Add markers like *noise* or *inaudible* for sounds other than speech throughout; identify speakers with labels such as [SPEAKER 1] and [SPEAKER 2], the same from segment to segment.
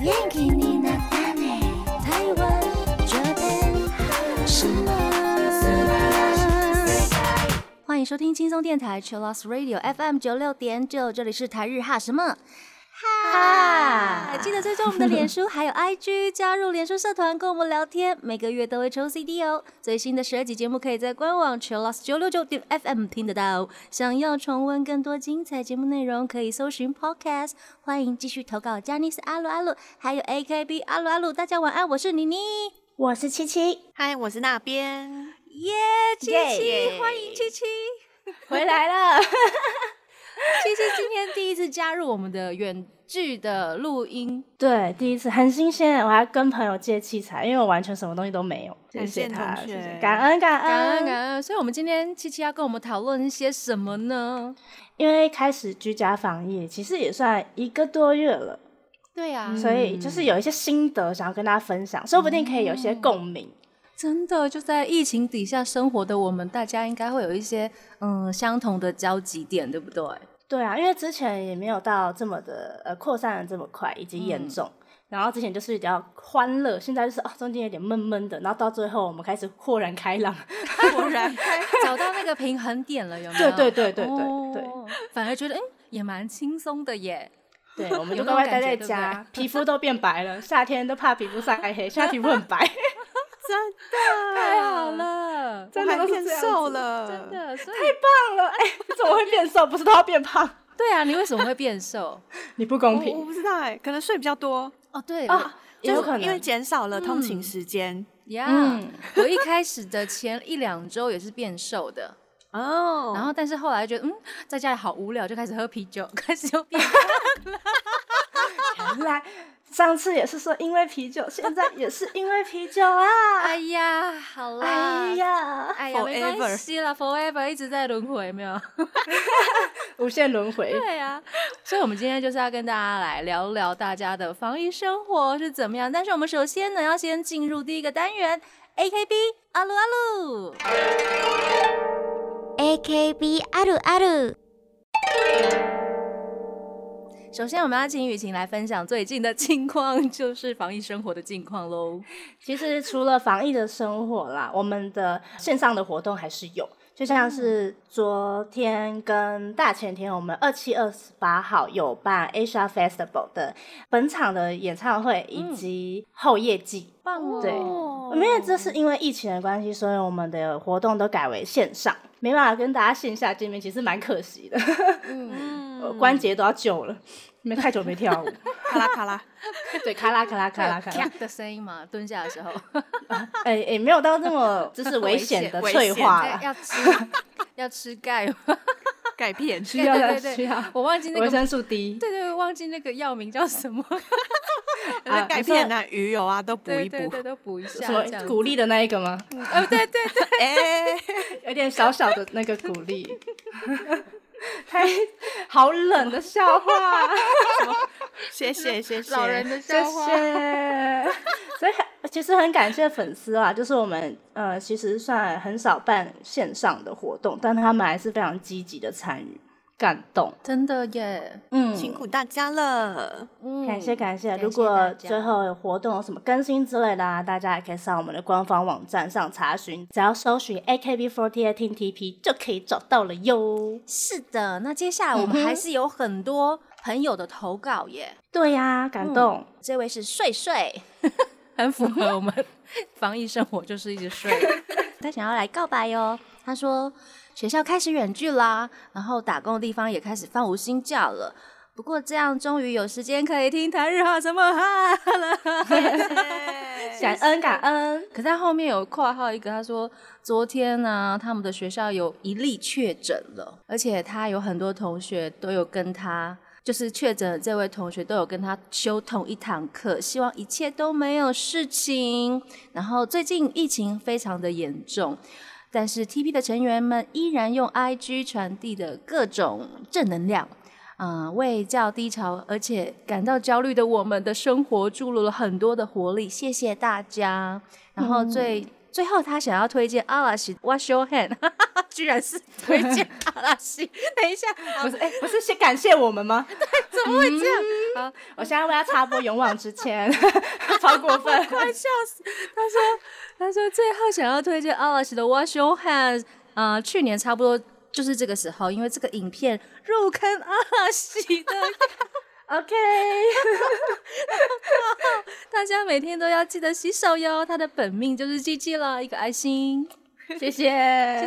[SPEAKER 1] 元気になったね台湾这边什么
[SPEAKER 2] 欢迎收听轻松电台 c h i l l o s Radio FM 九六点九，这里是台日哈什么哈，记得追踪我们的脸书
[SPEAKER 3] *laughs*
[SPEAKER 2] 还有 IG，加入脸书社团跟我们聊天，每个月都会抽 CD 哦。最新的十二集节目可以在官网 c h i l l o s 九六九点 FM 听得到。想要重温更多精彩节目内容，可以搜寻 Podcast。欢迎继续投稿 j a n i c e 阿鲁阿鲁，还有 AKB 阿鲁阿鲁。大家晚安，我是妮妮。
[SPEAKER 4] 我是七七，
[SPEAKER 3] 嗨，我是那边。
[SPEAKER 2] 耶，七
[SPEAKER 3] 耶
[SPEAKER 2] 七，欢迎七七。
[SPEAKER 4] 回来了。
[SPEAKER 2] *laughs* 七七今天第一次加入我们的远距的录音，
[SPEAKER 4] *laughs* 对，第一次很新鲜，我还跟朋友借器材，因为我完全什么东西都没有。谢
[SPEAKER 3] 感谢
[SPEAKER 4] 谢他，
[SPEAKER 3] 同
[SPEAKER 4] 谢
[SPEAKER 3] 学
[SPEAKER 4] 谢感恩感恩
[SPEAKER 2] 感恩感恩。所以，我们今天七七要跟我们讨论些什么呢？
[SPEAKER 4] 因为开始居家防疫，其实也算一个多月了，
[SPEAKER 2] 对啊，
[SPEAKER 4] 所以就是有一些心得想要跟大家分享，说不定可以有一些共鸣。
[SPEAKER 2] 真的就在疫情底下生活的我们，大家应该会有一些嗯相同的交集点，对不 *laughs* 对？
[SPEAKER 4] 对啊，因为之前也没有到这么的呃扩散的这么快以及严重。然后之前就是比较欢乐，现在就是哦，中间有点闷闷的，然后到最后我们开始豁然开朗。
[SPEAKER 3] 果然开 *laughs*
[SPEAKER 2] 找到那个平衡点了，有没有？
[SPEAKER 4] 对对对对对对，
[SPEAKER 2] 哦反而觉得嗯也蛮轻松的耶。
[SPEAKER 4] 对，我们
[SPEAKER 2] 有
[SPEAKER 4] 就
[SPEAKER 2] 那
[SPEAKER 4] 乖
[SPEAKER 2] 种感
[SPEAKER 4] 乖待
[SPEAKER 2] 觉对
[SPEAKER 4] 在
[SPEAKER 2] 不
[SPEAKER 4] 家，皮肤都变白 *laughs* 了。夏天都怕皮肤晒黑，现在皮肤很 *laughs* 白，
[SPEAKER 3] 真的
[SPEAKER 2] 太好，了，
[SPEAKER 3] 我
[SPEAKER 4] 真的
[SPEAKER 3] 还
[SPEAKER 4] 都是
[SPEAKER 3] 变
[SPEAKER 4] 这样
[SPEAKER 3] 瘦
[SPEAKER 4] 子。
[SPEAKER 3] 了，
[SPEAKER 2] 真。的。所以
[SPEAKER 4] 胖了，哎、怎么会变瘦？不是都要变胖？
[SPEAKER 2] 对啊，你为什么会变瘦？
[SPEAKER 4] *laughs* 你不公
[SPEAKER 3] 我我
[SPEAKER 4] 平
[SPEAKER 3] 不知道哎，可能睡比较多，
[SPEAKER 2] *laughs* 哦，对
[SPEAKER 4] 啊！也
[SPEAKER 3] 就
[SPEAKER 4] 有
[SPEAKER 3] 是
[SPEAKER 4] 可
[SPEAKER 3] 因为
[SPEAKER 4] 能，
[SPEAKER 3] 减少了通勤时间。
[SPEAKER 2] 呀、
[SPEAKER 4] 嗯
[SPEAKER 2] 我一开始的前一两周也是变瘦
[SPEAKER 4] *laughs*
[SPEAKER 2] 的，
[SPEAKER 3] 哦
[SPEAKER 2] 然后但是后来觉得嗯，在家里好无聊，就开始喝啤酒，开始又
[SPEAKER 4] *laughs*
[SPEAKER 2] 变
[SPEAKER 4] 哦原来上次也是说因为啤酒，现在也是因为啤酒 *laughs* 啊！
[SPEAKER 2] 哎呀，好啦，
[SPEAKER 4] 哎，呀，
[SPEAKER 2] 哎呀，没关
[SPEAKER 3] Forever
[SPEAKER 2] 系啦，forever 一直在轮回，有没
[SPEAKER 4] *laughs*
[SPEAKER 2] 有？
[SPEAKER 4] 无限轮回。
[SPEAKER 2] 对啊，所以我们今天就是要跟大家来聊聊大家的防疫生活是怎么样。但是我们首先呢，要先进入第一个单元，AKB 阿鲁阿鲁。
[SPEAKER 1] AKB あるある
[SPEAKER 2] 首先，我们要请雨晴来分享最近的近况， *laughs* 就是防疫生活的近况喽。
[SPEAKER 4] 其实除了防疫的生活啦，我们的线上的活动还是有，就像是昨天跟大前天，我们二七二十八号有办 Asia Festival 的本场的演唱会以及后夜季。
[SPEAKER 2] 棒哦
[SPEAKER 4] 对因为这是因为疫情的关系，所以我们的活动都改为线上，没办法跟大家线下见面，其实蛮可惜的，
[SPEAKER 3] 嗯
[SPEAKER 4] 呃关节都要旧了，没太久没跳舞，
[SPEAKER 3] 卡拉卡拉，
[SPEAKER 4] *laughs* 对，咔啦咔啦
[SPEAKER 2] 会
[SPEAKER 4] 咔
[SPEAKER 2] 有
[SPEAKER 4] 啦咔啦
[SPEAKER 2] 咔，的声音嘛，蹲下的
[SPEAKER 4] *laughs*
[SPEAKER 2] 时候
[SPEAKER 4] 哎、也、没有到那 *laughs* 么就是
[SPEAKER 2] 危
[SPEAKER 4] 危
[SPEAKER 2] 险
[SPEAKER 4] 险的
[SPEAKER 3] 危
[SPEAKER 4] 脆
[SPEAKER 3] 险
[SPEAKER 4] 化
[SPEAKER 2] 哎
[SPEAKER 4] 了。
[SPEAKER 2] 要吃要吃钙吗，
[SPEAKER 3] 钙片
[SPEAKER 4] 需
[SPEAKER 2] *laughs*
[SPEAKER 4] 要
[SPEAKER 2] 对
[SPEAKER 4] 的
[SPEAKER 2] 对
[SPEAKER 4] 需要
[SPEAKER 2] 我忘记那
[SPEAKER 4] 维
[SPEAKER 2] 个，
[SPEAKER 4] 生素 D，
[SPEAKER 2] 对对，忘记那个药名叫什么，
[SPEAKER 4] 啊
[SPEAKER 3] 钙片啊，鱼油啊，都补
[SPEAKER 2] 对
[SPEAKER 3] 一
[SPEAKER 2] 对
[SPEAKER 3] 补。
[SPEAKER 2] 对，都补一下
[SPEAKER 4] 什
[SPEAKER 2] 这样
[SPEAKER 4] 么
[SPEAKER 2] 子
[SPEAKER 4] 鼓励的那一个吗？
[SPEAKER 2] 哦，对对对，
[SPEAKER 3] *laughs* 哎，
[SPEAKER 4] *laughs* 有点小小的那个鼓 *laughs* 励。太好冷的笑话，
[SPEAKER 3] 谢谢谢谢。
[SPEAKER 2] 老人的
[SPEAKER 4] 谢
[SPEAKER 2] 笑话，
[SPEAKER 4] 谢。所以很其实很感谢粉丝啊，就是我们呃，其实算很少办线上的活动，但他们还是非常积极的参与，感动。
[SPEAKER 2] 真的耶，
[SPEAKER 4] 嗯，
[SPEAKER 3] 辛苦大家了，
[SPEAKER 2] 嗯
[SPEAKER 4] 感谢感谢。
[SPEAKER 2] 感谢
[SPEAKER 4] 如果
[SPEAKER 2] 大家
[SPEAKER 4] 最后有活动有什么更新之类的啊，大家也可以上我们的官方网站上查询，只要搜寻 AKB48 Team TP 就可以找到了哟。
[SPEAKER 2] 是的，那接下来我
[SPEAKER 4] 嗯
[SPEAKER 2] 们还是有很多朋友的投稿耶，
[SPEAKER 4] 对呀、感动。
[SPEAKER 2] 这位是睡睡， *laughs* 很符合我们防疫生活，就是一直睡。 *laughs* 他想要来告白哦，他说学校开始远距啦，然后打工的地方也开始放无薪假了。不过这样终于有时间可以听台日哈什么哈了。嗯
[SPEAKER 4] 感恩感恩，
[SPEAKER 2] 可在后面有括号一个，他说昨天呢、他们的学校有一例确诊了，而且他有很多同学都有跟他，就是确诊的这位同学都有跟他修同一堂课，希望一切都没有事情。然后最近疫情非常的严重。但是 TP 的成员们依然用 IG 传递的各种正能量，啊、为较低潮而且感到焦虑的我们的生活注入了很多的活力，谢谢大家。然后最、最后，他想要推荐阿拉西 Wash Your Hand，居然是推荐阿拉西。等一下， *laughs*
[SPEAKER 4] 不是哎、不是先感谢我们吗？嗯
[SPEAKER 2] 怎么会这样？好，
[SPEAKER 4] 我现在为他插播勇往
[SPEAKER 2] *laughs*
[SPEAKER 4] 直前，超过分。
[SPEAKER 2] 快笑死！他说，他说最后想要推荐 Alice 的 Wash Your Hands，啊、呃去年差不多就是这个时候，因为这个影片入坑 Alice 的，
[SPEAKER 4] OK，
[SPEAKER 2] *laughs* 大家每天都要记得洗手哟。他的本命就是 GG 了，一个爱心，
[SPEAKER 4] 谢谢。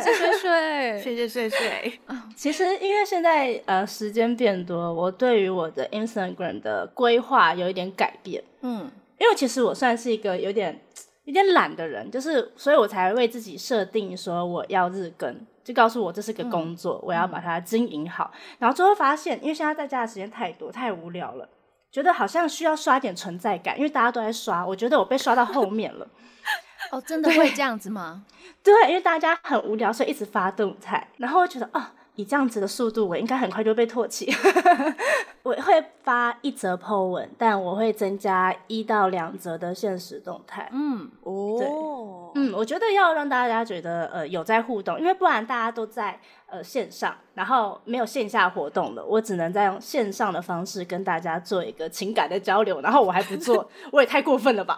[SPEAKER 2] 谢谢水水。
[SPEAKER 3] 谢谢 *laughs* 睡睡，
[SPEAKER 4] 其实因为现在呃时间变多，我对于我的 Instagram 的规划有一点改变。
[SPEAKER 2] 嗯，
[SPEAKER 4] 因为其实我算是一个有点有点懒的人，就是所以我才为自己设定说我要日更，就告诉我这是个工作，我要把它经营好。然后最后发现，因为现在在家的时间太多，太无聊了。觉得好像需要刷点存在感，因为大家都在刷，我觉得我被刷到后面了。 *laughs*
[SPEAKER 2] 哦，真的会这样子吗？
[SPEAKER 4] 对，因为大家很无聊，所以一直发动态，然后我觉得哦，以这样子的速度，我应该很快就被唾弃。 *laughs* 我会发一则 po 文，但我会增加一到两则的现实动态。
[SPEAKER 2] 嗯，
[SPEAKER 3] 哦，
[SPEAKER 4] 嗯，我觉得要让大家觉得呃有在互动，因为不然大家都在呃线上，然后没有线下活动了，我只能再用线上的方式跟大家做一个情感的交流，然后我还不 *laughs* 做，我也太过分了吧？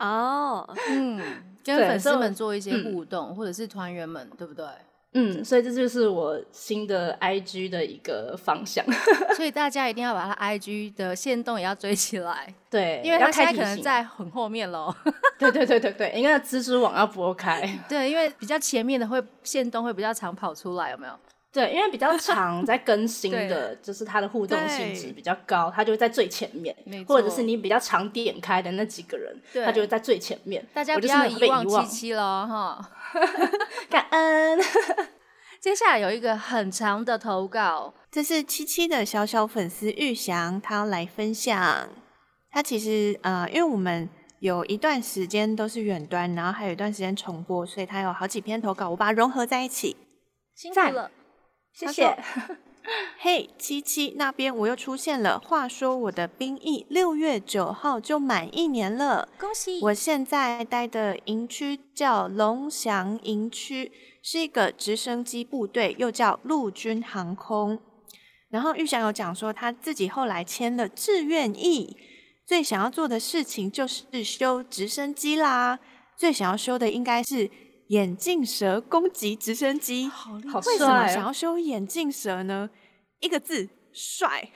[SPEAKER 3] 哦，
[SPEAKER 2] 嗯，跟
[SPEAKER 4] 对
[SPEAKER 2] 粉
[SPEAKER 4] 所以
[SPEAKER 2] 丝
[SPEAKER 4] 我
[SPEAKER 2] 们做一些互动，或者是团员们，对不对？
[SPEAKER 4] *laughs* 嗯，所以这就是我新的 IG 的一个方向。 *laughs*
[SPEAKER 2] 所以大家一定要把他 IG 的线动也要追起来，
[SPEAKER 4] 对，
[SPEAKER 2] 因为
[SPEAKER 4] 要
[SPEAKER 2] 他现在
[SPEAKER 4] 开提
[SPEAKER 2] 可能
[SPEAKER 4] 醒，
[SPEAKER 2] 在很后面喽。
[SPEAKER 4] *laughs* 对对对对对，应该蜘蛛网要拨开。
[SPEAKER 2] 对，因为比较前面的会线动会比较常跑出来，有没有？
[SPEAKER 4] 对，因为比较长在
[SPEAKER 2] *laughs*
[SPEAKER 4] 更新
[SPEAKER 2] 对
[SPEAKER 4] 的，就是它的互动性质
[SPEAKER 3] 对
[SPEAKER 4] 比较高，它就会在最前面
[SPEAKER 2] 没，错
[SPEAKER 4] 或者是你比较常点开的那几个人，
[SPEAKER 2] 对
[SPEAKER 4] 它就会在最前面。
[SPEAKER 2] 大家
[SPEAKER 4] 我
[SPEAKER 2] 不
[SPEAKER 4] 就是
[SPEAKER 2] 要
[SPEAKER 4] 没有被
[SPEAKER 2] 遗
[SPEAKER 4] 遗
[SPEAKER 2] 忘七
[SPEAKER 4] 忘，
[SPEAKER 2] 七了哈。
[SPEAKER 4] 感恩。
[SPEAKER 2] 接下来有一个很长的投稿，
[SPEAKER 3] 这是七七的小小粉丝玉祥，他要来分享。他其实呃，因为我们有一段时间都是远端，然后还有一段时间重播，所以他有好几篇投稿，我把它融合在一起。
[SPEAKER 2] 辛苦
[SPEAKER 4] 赞 *laughs*
[SPEAKER 2] 了。
[SPEAKER 4] 谢谢。
[SPEAKER 3] 嘿，七七那边我又出现了。话说我的兵役六月九号就满一年了。
[SPEAKER 2] 恭喜！
[SPEAKER 3] 我现在待的营区叫龙翔营区，是一个直升机部队，又叫陆军航空。然后玉祥有讲说，他自己后来签了志愿役，最想要做的事情就是修直升机啦。最想要修的应该是眼镜蛇攻击直升机。
[SPEAKER 2] 好厉
[SPEAKER 4] 好
[SPEAKER 3] 为什么
[SPEAKER 4] 帅哦
[SPEAKER 3] 想要修眼镜蛇呢？一个字，帅。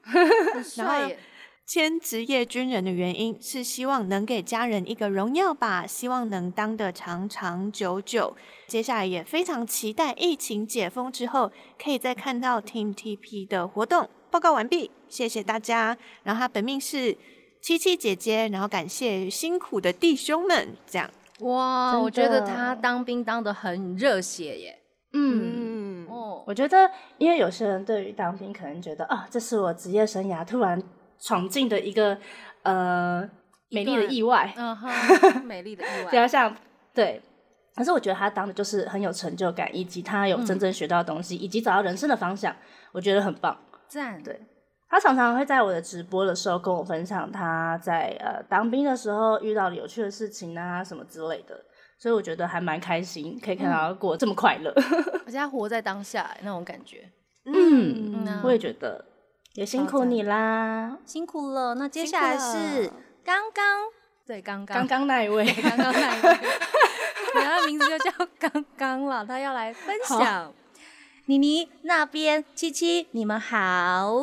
[SPEAKER 2] 害，帅耶！
[SPEAKER 3] 签职业军人的原因是希望能给家人一个荣耀吧，希望能当得长长久久。接下来也非常期待疫情解封之后，可以再看到 Team TP 的活动。报告完毕，谢谢大家。然后他本命是七七姐姐，然后感谢辛苦的弟兄们，这样。
[SPEAKER 2] 哇，
[SPEAKER 4] 真
[SPEAKER 2] 我觉得
[SPEAKER 4] 的
[SPEAKER 2] 他当兵当的很热血耶。
[SPEAKER 4] 嗯，
[SPEAKER 3] 嗯，
[SPEAKER 2] 哦，
[SPEAKER 4] 我觉得，因为有些人对于当兵可能觉得，啊，这是我职业生涯突然闯进的一个呃美丽的
[SPEAKER 2] 段
[SPEAKER 4] 意外。
[SPEAKER 2] 嗯
[SPEAKER 4] *laughs*
[SPEAKER 2] 哼，美丽的意
[SPEAKER 4] 对
[SPEAKER 2] 外。
[SPEAKER 4] 啊，像对。可是我觉得他当的就是很有成就感，以及他
[SPEAKER 2] 嗯
[SPEAKER 4] 有真正学到的东西，以及找到人生的方向，我觉得很棒。
[SPEAKER 2] 赞，
[SPEAKER 4] 对他常常会在我的直播的时候跟我分享他在呃当兵的时候遇到的有趣的事情啊什么之类的，所以我觉得还蛮开心，可以看
[SPEAKER 2] 嗯
[SPEAKER 4] 到他过得这么快乐。
[SPEAKER 2] 而且他活在当下那种感觉，
[SPEAKER 4] 嗯 *laughs*
[SPEAKER 2] 嗯啊
[SPEAKER 4] 我也觉得也辛苦你啦，
[SPEAKER 2] 辛苦了。那接下来
[SPEAKER 3] 辛
[SPEAKER 2] 是
[SPEAKER 3] 苦了
[SPEAKER 2] 刚刚，对，刚刚，
[SPEAKER 4] 刚刚那一位
[SPEAKER 2] 刚刚那一 *laughs* 位，对他的名字就叫刚刚了，他要来分享。妮妮那边，七七，你们好。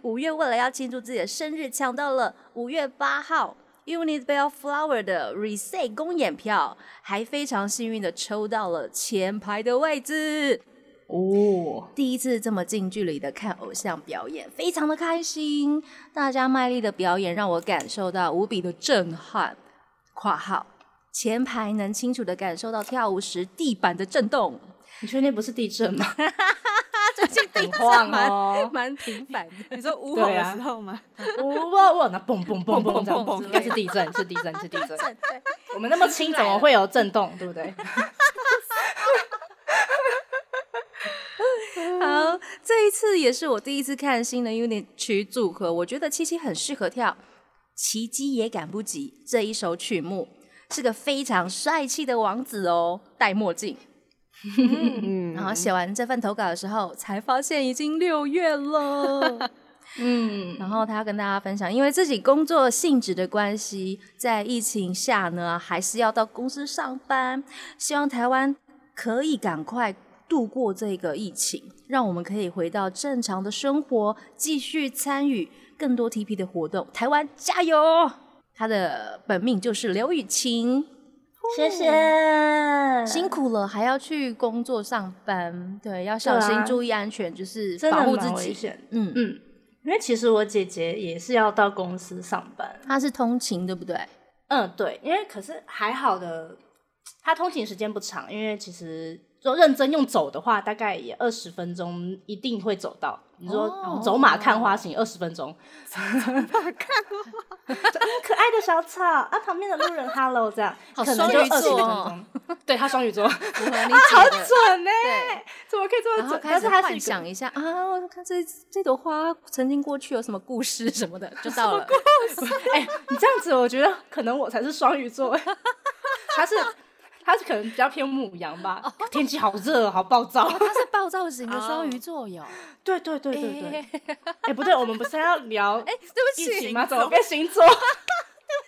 [SPEAKER 2] 五月为了要庆祝自己的生日，抢到了五月八号 Unit Bell Flower 的 Resay 公演票，还非常幸运的抽到了前排的位置。
[SPEAKER 4] *laughs* 哦，
[SPEAKER 2] 第一次这么近距离的看偶像表演，非常的开心。大家卖力的表演让我感受到无比的震撼。（括号前排能清楚的感受到跳舞时地板的震动，
[SPEAKER 4] 你确定不是地震吗？
[SPEAKER 2] *laughs* 最近地
[SPEAKER 4] 很
[SPEAKER 2] 震
[SPEAKER 4] 晃
[SPEAKER 2] 蛮、，
[SPEAKER 4] 哦
[SPEAKER 2] 蛮频繁的。*laughs*
[SPEAKER 3] 你说五
[SPEAKER 4] 吼的时
[SPEAKER 3] 候吗？
[SPEAKER 4] 我我我那嘣嘣
[SPEAKER 2] 嘣
[SPEAKER 4] 嘣嘣这样
[SPEAKER 2] 嘣
[SPEAKER 4] 应该哎是地震，是地震，是地震。
[SPEAKER 2] *laughs* 对，
[SPEAKER 4] 我们那么轻，怎么会有震动，对不对？
[SPEAKER 2] 好，这一次也是我第一次看新的 UNIT 曲组合，我觉得七七很适合跳《奇迹也赶不及》这一首曲目，是个非常帅气的王子哦，戴墨镜。
[SPEAKER 3] 嗯
[SPEAKER 2] 嗯然后写完这份投稿的时候，才发现已经六月了。
[SPEAKER 4] 嗯，
[SPEAKER 2] *laughs* 然后他要跟大家分享，因为自己工作性质的关系，在疫情下呢，还是要到公司上班。希望台湾可以赶快度过这个疫情，让我们可以回到正常的生活，继续参与更多 TP 的活动。台湾加油！他的本命就是刘雨晴，
[SPEAKER 4] 谢谢，
[SPEAKER 2] 辛苦了，还要去工作上班，对，要小
[SPEAKER 4] 对
[SPEAKER 2] 心，
[SPEAKER 4] 啊
[SPEAKER 2] 注意安全，就是
[SPEAKER 4] 真
[SPEAKER 2] 保
[SPEAKER 4] 的
[SPEAKER 2] 护
[SPEAKER 4] 蛮
[SPEAKER 2] 自
[SPEAKER 4] 危
[SPEAKER 2] 己。
[SPEAKER 4] 险的。
[SPEAKER 2] 嗯，
[SPEAKER 4] 嗯，因为其实我姐姐也是要到公司上班。
[SPEAKER 2] 他是通勤，对
[SPEAKER 4] *laughs*
[SPEAKER 2] 不对？
[SPEAKER 4] 嗯，对，因为可是还好的，她通勤时间不长，因为其实就认真用走的话，大概也二十分钟一定会走到。你说、
[SPEAKER 2] 哦
[SPEAKER 4] 走马看花型二十
[SPEAKER 2] *laughs*
[SPEAKER 4] 分钟， *laughs* 走马看花，就嗯可爱的小草啊，旁边的路人 hello 这样，
[SPEAKER 2] *laughs* 好
[SPEAKER 4] 可能就
[SPEAKER 2] 双鱼
[SPEAKER 4] 二十分
[SPEAKER 2] 座哦
[SPEAKER 4] 钟。对他双
[SPEAKER 2] *laughs*
[SPEAKER 4] 鱼座，
[SPEAKER 2] 符合你
[SPEAKER 4] 好哦
[SPEAKER 2] 姐的。
[SPEAKER 4] 准呢、
[SPEAKER 2] 对
[SPEAKER 4] 怎么可以这
[SPEAKER 2] 然
[SPEAKER 4] 么
[SPEAKER 2] 后
[SPEAKER 4] 准？
[SPEAKER 2] 开
[SPEAKER 4] 但
[SPEAKER 2] 始
[SPEAKER 4] 是他是
[SPEAKER 2] 幻
[SPEAKER 4] 一个
[SPEAKER 2] 想一下啊，我看这这朵花曾经过去有什么故事什
[SPEAKER 4] *laughs*
[SPEAKER 2] 么的，就到了。
[SPEAKER 4] 哎、你这样子，我觉得可能我才是双鱼座，他是他是可能比较偏母羊吧。
[SPEAKER 2] 哦
[SPEAKER 4] 天气好热，哦好暴躁。
[SPEAKER 2] 它是暴躁型的双鱼座哟。
[SPEAKER 4] *laughs* 对对对对对。哎、
[SPEAKER 2] 哎，
[SPEAKER 4] 不对，我们不是要聊
[SPEAKER 2] 哎对
[SPEAKER 4] 疫
[SPEAKER 2] 不起
[SPEAKER 4] 情，吗？怎么变星座？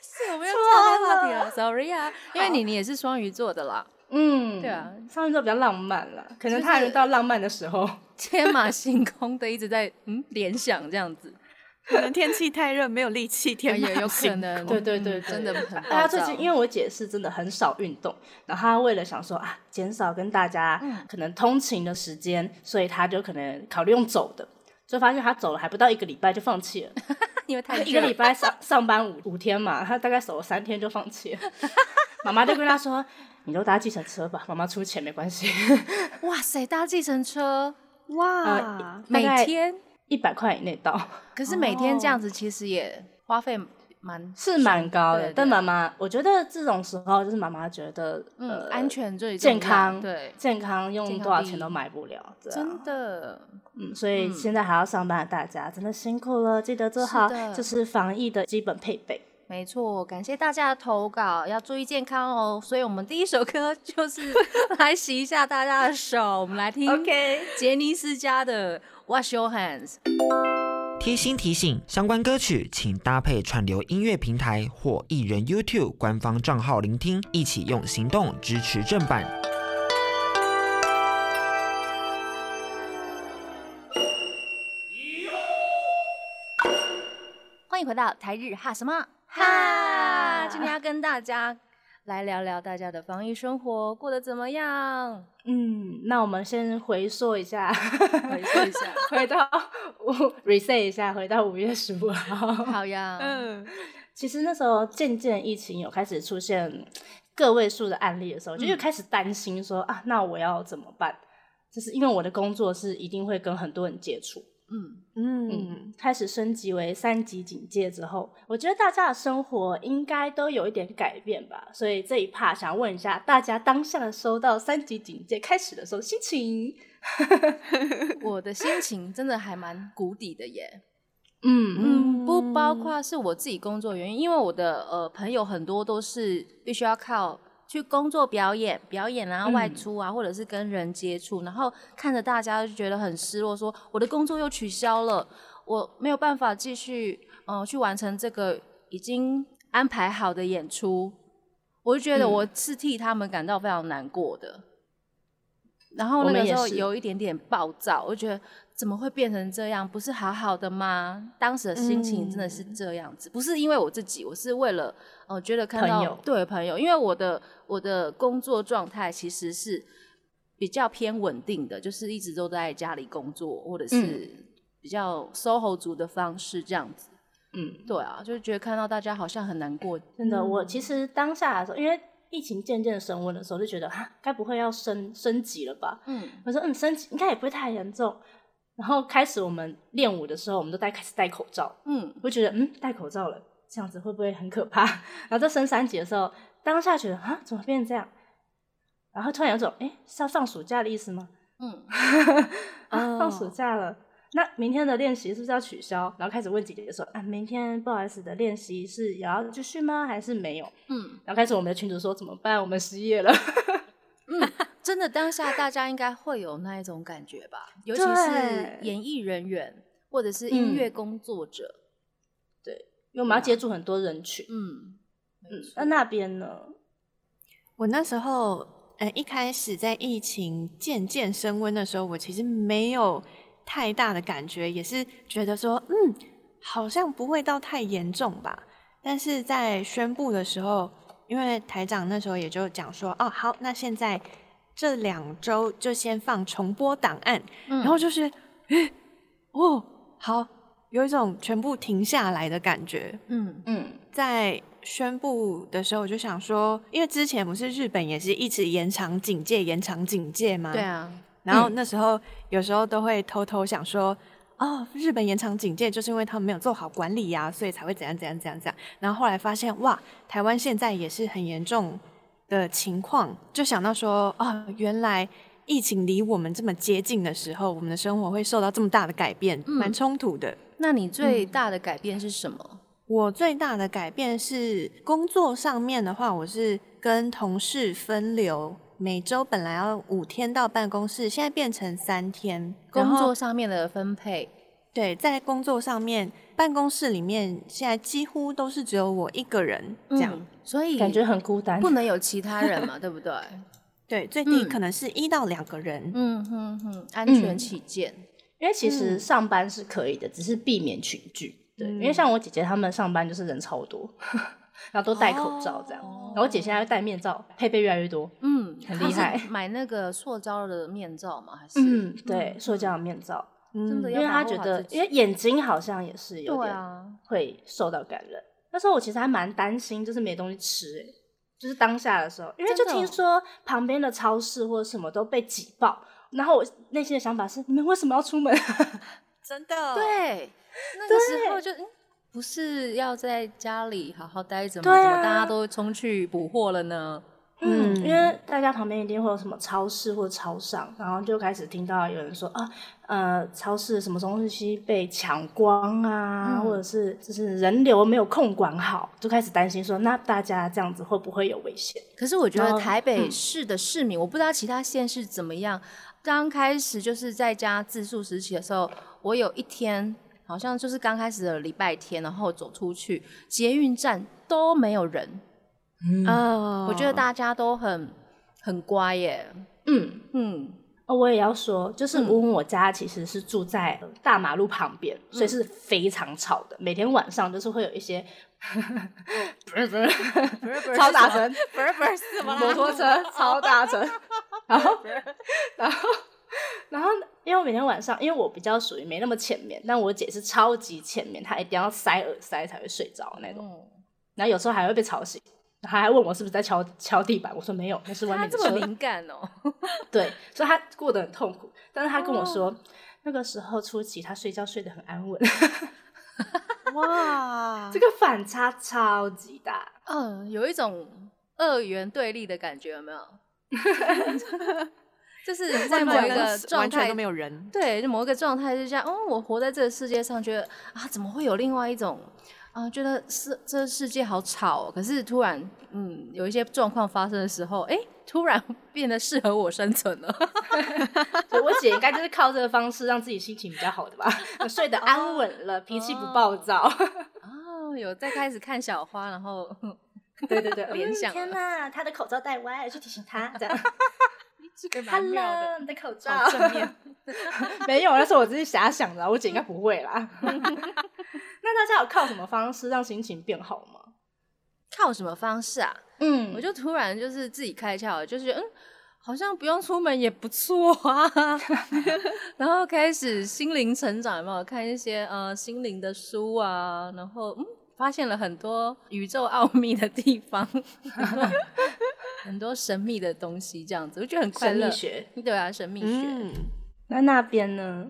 [SPEAKER 2] 是我们又岔开话题了，sorry 啊，因为你你也是双鱼座的啦，*laughs*
[SPEAKER 4] 嗯，
[SPEAKER 2] 对啊，
[SPEAKER 4] 双鱼座比较浪漫了，可能
[SPEAKER 2] 就是
[SPEAKER 4] 他还没到浪漫的时候。 *laughs*
[SPEAKER 2] 天马行空的一直在嗯联想这样子，
[SPEAKER 3] *laughs* 可能天气太热，没有力气，天
[SPEAKER 2] 啊也
[SPEAKER 3] 马
[SPEAKER 2] 哎有
[SPEAKER 3] 行
[SPEAKER 2] 可能，
[SPEAKER 3] 空
[SPEAKER 4] 对对
[SPEAKER 2] 嗯
[SPEAKER 4] 对对
[SPEAKER 2] 真的很
[SPEAKER 4] 大家
[SPEAKER 2] 暴
[SPEAKER 4] 哎最近，因
[SPEAKER 2] 躁。
[SPEAKER 4] 为我姐是真的很少运动，然后她为了想说啊，减少跟大家
[SPEAKER 2] 嗯
[SPEAKER 4] 可能通勤的时间，所以她就可能考虑用走的，就发现她走了还不到一个礼拜就放弃了。
[SPEAKER 2] 因为太
[SPEAKER 4] 他一
[SPEAKER 2] 热
[SPEAKER 4] 个礼拜上上班五五天嘛，他大概守了三天就
[SPEAKER 2] *laughs*
[SPEAKER 4] 放弃了。妈妈就跟他说：“你都搭计程车吧，妈妈出钱没关系，
[SPEAKER 2] 哇塞，搭计程车
[SPEAKER 3] 哇
[SPEAKER 4] 呃，
[SPEAKER 2] *laughs* 每
[SPEAKER 4] 大概
[SPEAKER 2] 天，哦
[SPEAKER 4] 一百块以内到
[SPEAKER 2] 可是每天这样子其实也花费蛮
[SPEAKER 4] 是蛮高的。
[SPEAKER 2] 对对
[SPEAKER 4] 但妈妈，我觉得这种时候就是妈妈觉得、
[SPEAKER 2] 嗯
[SPEAKER 4] 呃
[SPEAKER 2] 安、全最重要
[SPEAKER 4] 健康，
[SPEAKER 2] 对，
[SPEAKER 4] 健康用
[SPEAKER 2] 健康
[SPEAKER 4] 多少
[SPEAKER 2] 第
[SPEAKER 4] 钱
[SPEAKER 2] 一
[SPEAKER 4] 都买不了，对啊
[SPEAKER 2] 真的
[SPEAKER 4] 嗯，所以现在还要上班的大家真的辛苦了，记得做
[SPEAKER 2] 是
[SPEAKER 4] 好
[SPEAKER 2] 的
[SPEAKER 4] 就是防疫的基本配备。
[SPEAKER 2] 没错，感谢大家的投稿，要注意健康哦。所以我们第一首歌就是 *laughs* 来洗一下大家的手，我们来听
[SPEAKER 4] OK
[SPEAKER 2] 杰尼斯家的 Wash Your Hands。
[SPEAKER 5] 贴心提醒：相关歌曲请搭配串流音乐平台或艺人 YouTube 官方账号聆听，一起用行动支持正版。
[SPEAKER 2] 欢迎回到台日哈什么哈
[SPEAKER 4] 哈？
[SPEAKER 2] 今天要跟大家来聊聊大家的防疫生活过得怎么样？
[SPEAKER 4] 嗯，那我们先回溯一
[SPEAKER 2] *laughs*
[SPEAKER 4] 下，
[SPEAKER 2] 回溯一下
[SPEAKER 4] *laughs* 回到五 reset 一下，回到五月十五号。
[SPEAKER 2] 好呀，
[SPEAKER 3] 嗯，
[SPEAKER 4] 其实那时候渐渐疫情有开始出现个位数的案例的时候，就
[SPEAKER 2] 嗯
[SPEAKER 4] 又开始担心说、啊，那我要怎么办？就是因为我的工作是一定会跟很多人接触，
[SPEAKER 2] 嗯，
[SPEAKER 3] 嗯，
[SPEAKER 4] 开始升级为三级警戒之后，我觉得大家的生活应该都有一点改变吧。所以这一趴想问一下大家，当下收到三级警戒开始的时候心情，
[SPEAKER 2] 我的心情真的还蛮谷底的耶。
[SPEAKER 4] 嗯
[SPEAKER 2] 嗯，不包
[SPEAKER 3] 嗯
[SPEAKER 2] 括是我自己工作原因，因为我的呃朋友很多都是必须要靠去工作表演、表演啊、
[SPEAKER 4] 嗯
[SPEAKER 2] 外出啊，或者是跟人接触，然后看着大家就觉得很失落，说我的工作又取消了，我没有办法继续呃去完成这个已经安排好的演出，我就觉得
[SPEAKER 4] 嗯
[SPEAKER 2] 我是替他们感到非常难过的。然后
[SPEAKER 4] 我
[SPEAKER 2] 那
[SPEAKER 4] 们
[SPEAKER 2] 个
[SPEAKER 4] 也
[SPEAKER 2] 时候
[SPEAKER 4] 是
[SPEAKER 2] 有一点点暴躁，我觉得怎么会变成这样？不是好好的吗？当时的心情真的
[SPEAKER 4] 嗯
[SPEAKER 2] 是这样子，不是因为我自己，我是为了呃，觉得看到
[SPEAKER 4] 朋友
[SPEAKER 2] 对朋友，因为我的我的工作状态其实是比较偏稳定的，就是一直都在家里工作，或者是比较 SOHO 族的方式这样子。
[SPEAKER 4] 嗯，
[SPEAKER 2] 对啊，就是觉得看到大家好像很难过，
[SPEAKER 4] 真的，我
[SPEAKER 3] 嗯
[SPEAKER 4] 其实当下的时候，因为疫情渐渐升温的时候，就觉得哈，该不会要升升级了吧？
[SPEAKER 2] 嗯，
[SPEAKER 4] 我说嗯，升级应该也不会太严重。然后开始我们练舞的时候，我们都戴开始戴口罩，
[SPEAKER 2] 嗯，
[SPEAKER 4] 我觉得嗯，戴口罩了，这样子会不会很可怕？ *laughs* 然后到升三级的时候，当下觉得啊，怎么变成这样？然后突然有种哎，是要放暑假的意思吗？
[SPEAKER 2] 嗯，
[SPEAKER 4] *laughs* 啊，放暑
[SPEAKER 3] 哦
[SPEAKER 4] 假了。那明天的练习是不是要取消？然后开始问姐姐说：“啊，明天不好意思的练习是也要继续吗？还是没有？”
[SPEAKER 2] 嗯，
[SPEAKER 4] 然后开始我们的群主说怎么办？我们失业了。 *laughs*
[SPEAKER 2] 真的当下大家应该会有那一种感觉吧，尤其是
[SPEAKER 4] 对嗯
[SPEAKER 2] 演艺人员，或者是音乐工作者，
[SPEAKER 4] 因为我们要接触很多人群。
[SPEAKER 2] 嗯，
[SPEAKER 4] 嗯，那那边呢？
[SPEAKER 3] 我那时候，呃，一开始在疫情渐渐升温的时候，我其实没有太大的感觉，也是觉得说，嗯，好像不会到太严重吧。但是在宣布的时候，因为台长那时候也就讲说，哦，好，那现在这两周就先放重播档案，
[SPEAKER 2] 嗯
[SPEAKER 3] 然后就是，诶哦，好，有一种全部停下来的感觉。
[SPEAKER 2] 嗯
[SPEAKER 4] 嗯，
[SPEAKER 3] 在宣布的时候，我就想说，因为之前不是日本也是一直延长警戒、延长警戒吗？
[SPEAKER 2] 对。啊，
[SPEAKER 3] 然后那时候有时候都会偷偷想说，哦，日本延长警戒就是因为他们没有做好管理呀、所以才会怎样怎样怎样怎样。然后后来发现，哇，台湾现在也是很严重的情况，就想到说，哦，原来。疫情离我们这么接近的时候，我们的生活会受到这么大的改变，
[SPEAKER 2] 嗯
[SPEAKER 3] 蛮冲突的。
[SPEAKER 2] 那你最
[SPEAKER 4] 嗯
[SPEAKER 2] 大的改变是什么？
[SPEAKER 3] 我最大的改变是工作上面的话，我是跟同事分流，每周本来要五天到办公室，现在变成三天。
[SPEAKER 2] 工
[SPEAKER 3] 然后
[SPEAKER 2] 作上面的分配，
[SPEAKER 3] 对，在工作上面，办公室里面现在几乎都是只有我一个人这样。
[SPEAKER 2] 嗯，所以
[SPEAKER 4] 感觉很孤单。
[SPEAKER 2] 不能有其他人嘛，对不
[SPEAKER 4] *laughs*
[SPEAKER 2] 对？
[SPEAKER 3] 对，最低
[SPEAKER 2] 嗯
[SPEAKER 3] 可能是一到两个人。
[SPEAKER 2] 嗯哼哼，安全
[SPEAKER 4] 嗯
[SPEAKER 2] 起见，
[SPEAKER 4] 因为其实
[SPEAKER 3] 嗯
[SPEAKER 4] 上班是可以的，只是避免群聚。对，
[SPEAKER 2] 嗯
[SPEAKER 4] 因为像我姐姐她们上班就是人超多， *laughs* 然后都戴口罩这样。
[SPEAKER 2] 哦
[SPEAKER 4] 然后我姐现在戴面罩，配备越来越多。
[SPEAKER 2] 嗯，
[SPEAKER 4] 很
[SPEAKER 2] 他
[SPEAKER 4] 厉
[SPEAKER 2] 是
[SPEAKER 4] 害
[SPEAKER 2] 买那个塑胶的面罩吗？还是
[SPEAKER 4] 嗯，对，塑胶的面罩，
[SPEAKER 2] 真的
[SPEAKER 3] 嗯
[SPEAKER 2] 要
[SPEAKER 4] 因为她觉
[SPEAKER 2] 保护好
[SPEAKER 4] 得
[SPEAKER 2] 自，己
[SPEAKER 4] 因为眼睛好像也是有
[SPEAKER 2] 对
[SPEAKER 4] 点
[SPEAKER 2] 啊，
[SPEAKER 4] 会受到感染。那时候我其实还蛮担心，就是没东西吃、欸，就是当下的时候，因为就
[SPEAKER 2] 真的哦
[SPEAKER 4] 听说旁边的超市或者什么都被挤爆，然后我内心的想法是：你们为什么要出门？
[SPEAKER 3] 真的，哦
[SPEAKER 2] 对，那个时候就嗯不是要在家里好好待着吗？
[SPEAKER 4] 对啊
[SPEAKER 2] 怎么大家都冲去补货了呢？
[SPEAKER 4] 嗯，
[SPEAKER 3] 嗯
[SPEAKER 4] 因为大家旁边一定会有什么超市或超商，然后就开始听到有人说啊，呃，超市什么东西被抢光啊，
[SPEAKER 2] 嗯
[SPEAKER 4] 或者是就是人流没有控管好，就开始担心说，那大家这样子会不会有危险？
[SPEAKER 2] 可是我觉得
[SPEAKER 4] 哦
[SPEAKER 2] 台北
[SPEAKER 4] 嗯
[SPEAKER 2] 市的市民，我不知道其他县市怎么样。刚开始就是在家自述时期的时候，我有一天好像就是刚开始的礼拜天，然后走出去捷运站都没有人，
[SPEAKER 3] 嗯，
[SPEAKER 2] 我觉得大家都很很乖耶。
[SPEAKER 4] 嗯，
[SPEAKER 2] 哦嗯，
[SPEAKER 4] 哦，我也要说，就是
[SPEAKER 2] 嗯
[SPEAKER 4] 我我家其实是住在呃大马路旁边，
[SPEAKER 2] 嗯
[SPEAKER 4] 所以是非常吵的。每天晚上就是会有一些
[SPEAKER 3] *laughs*
[SPEAKER 4] 超大声，
[SPEAKER 3] 不是不是什么
[SPEAKER 4] *laughs* 摩托车超大声，然后然后然后，因为我每天晚上，因为我比较属于没那么浅眠，但我姐是超级浅眠，她一定要塞耳塞才会睡
[SPEAKER 2] 嗯
[SPEAKER 4] 着那种。然后有时候还会被吵醒，她还问我是不是在敲敲地板，我说没有，那是外
[SPEAKER 2] 他
[SPEAKER 4] 面的
[SPEAKER 2] 这么 *laughs*
[SPEAKER 4] 车。
[SPEAKER 2] 敏感哦，
[SPEAKER 4] 对，所以他过得很痛苦。但是他跟我说，那个时候初期他睡觉睡得很安稳， *laughs*
[SPEAKER 3] *laughs* 哇，
[SPEAKER 4] 这个反差超级大。
[SPEAKER 2] 嗯，有一种二元对立的感觉，有
[SPEAKER 3] *laughs*
[SPEAKER 2] 没有？就是你在某一个状
[SPEAKER 3] 完全
[SPEAKER 2] 态
[SPEAKER 3] 都没有人，
[SPEAKER 2] 对，就某一个状态之下，哦，我活在这个世界上，觉得啊，怎么会有另外一种啊？觉得是这世界好吵、哦，可是突然，嗯，有一些状况发生的时候，哎，突然 *laughs* 变得适合我生存了。
[SPEAKER 4] 所以我姐应该就是靠这个方式让自己心情比较好的吧， *laughs* 睡得安稳了，脾气不暴躁。
[SPEAKER 2] 哦，有在开始看小花，然 *laughs* 后
[SPEAKER 4] 对对对，
[SPEAKER 2] 联
[SPEAKER 4] 嗯
[SPEAKER 2] 想
[SPEAKER 4] 天
[SPEAKER 2] 了
[SPEAKER 4] 哪，他的口罩戴歪，去提醒他这样。
[SPEAKER 3] 蛮妙的
[SPEAKER 4] Hello，你的口罩
[SPEAKER 3] 好正面。
[SPEAKER 4] 没有，那是我自己遐想的啊，我姐应该不会啦。 *laughs* 那大家有靠什么方式让心情变好吗？
[SPEAKER 2] *laughs* 靠什么方式啊？
[SPEAKER 4] 嗯
[SPEAKER 2] 我就突然就是自己开窍了，就是觉得嗯，好像不用出门也不错啊。 *laughs* 然后开始心灵成长，有没有看一些呃心灵的书啊？然后嗯，发现了很多宇宙奥秘的地方， *laughs* 很多很多神秘的东西，这样子我觉得很快
[SPEAKER 4] 神秘
[SPEAKER 2] 乐。
[SPEAKER 4] 学。
[SPEAKER 2] 对啊，神秘学，
[SPEAKER 3] 嗯
[SPEAKER 4] 那那边呢？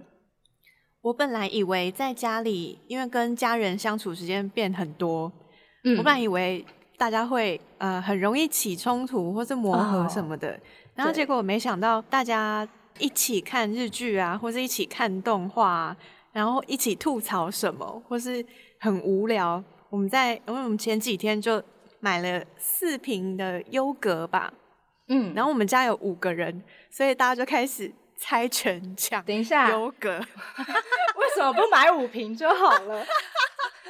[SPEAKER 3] 我本来以为在家里，因为跟家人相处时间变很多，
[SPEAKER 4] 嗯
[SPEAKER 3] 我本来以为大家会呃很容易起冲突或是磨合
[SPEAKER 4] 哦
[SPEAKER 3] 什么的，然后
[SPEAKER 4] 对
[SPEAKER 3] 结果没想到大家一起看日剧啊，或是一起看动画、啊，然后一起吐槽什么，或是很无聊。我们在因为我们前几天就买了四瓶的优格吧，
[SPEAKER 4] 嗯
[SPEAKER 3] 然后我们家有五个人，所以大家就开始猜拳抢
[SPEAKER 4] 啊等一下，
[SPEAKER 3] 优格。
[SPEAKER 4] 为为什么不买五瓶就好了？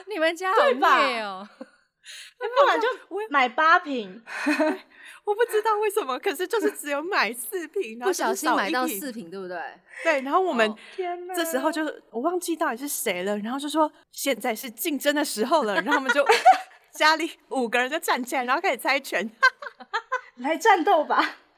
[SPEAKER 2] 你们家好
[SPEAKER 4] 对吧
[SPEAKER 2] 虐哦、
[SPEAKER 4] *laughs* 不然就 *laughs* 买八瓶，
[SPEAKER 3] 我不知道为什么，可是就是只有买四瓶，然
[SPEAKER 2] 不
[SPEAKER 3] 后就是
[SPEAKER 2] 小心
[SPEAKER 3] 少
[SPEAKER 2] 买
[SPEAKER 3] 一
[SPEAKER 2] 到
[SPEAKER 3] 瓶
[SPEAKER 2] 四瓶，对不对？
[SPEAKER 3] 对，然后我们
[SPEAKER 2] 哦
[SPEAKER 3] 这时候就我忘记到底是谁了，然后就说现在是竞争的时候了，然后我们就 *laughs* 家里五个人就站起来，然后开始猜拳，
[SPEAKER 4] 来战斗 *laughs* 吧！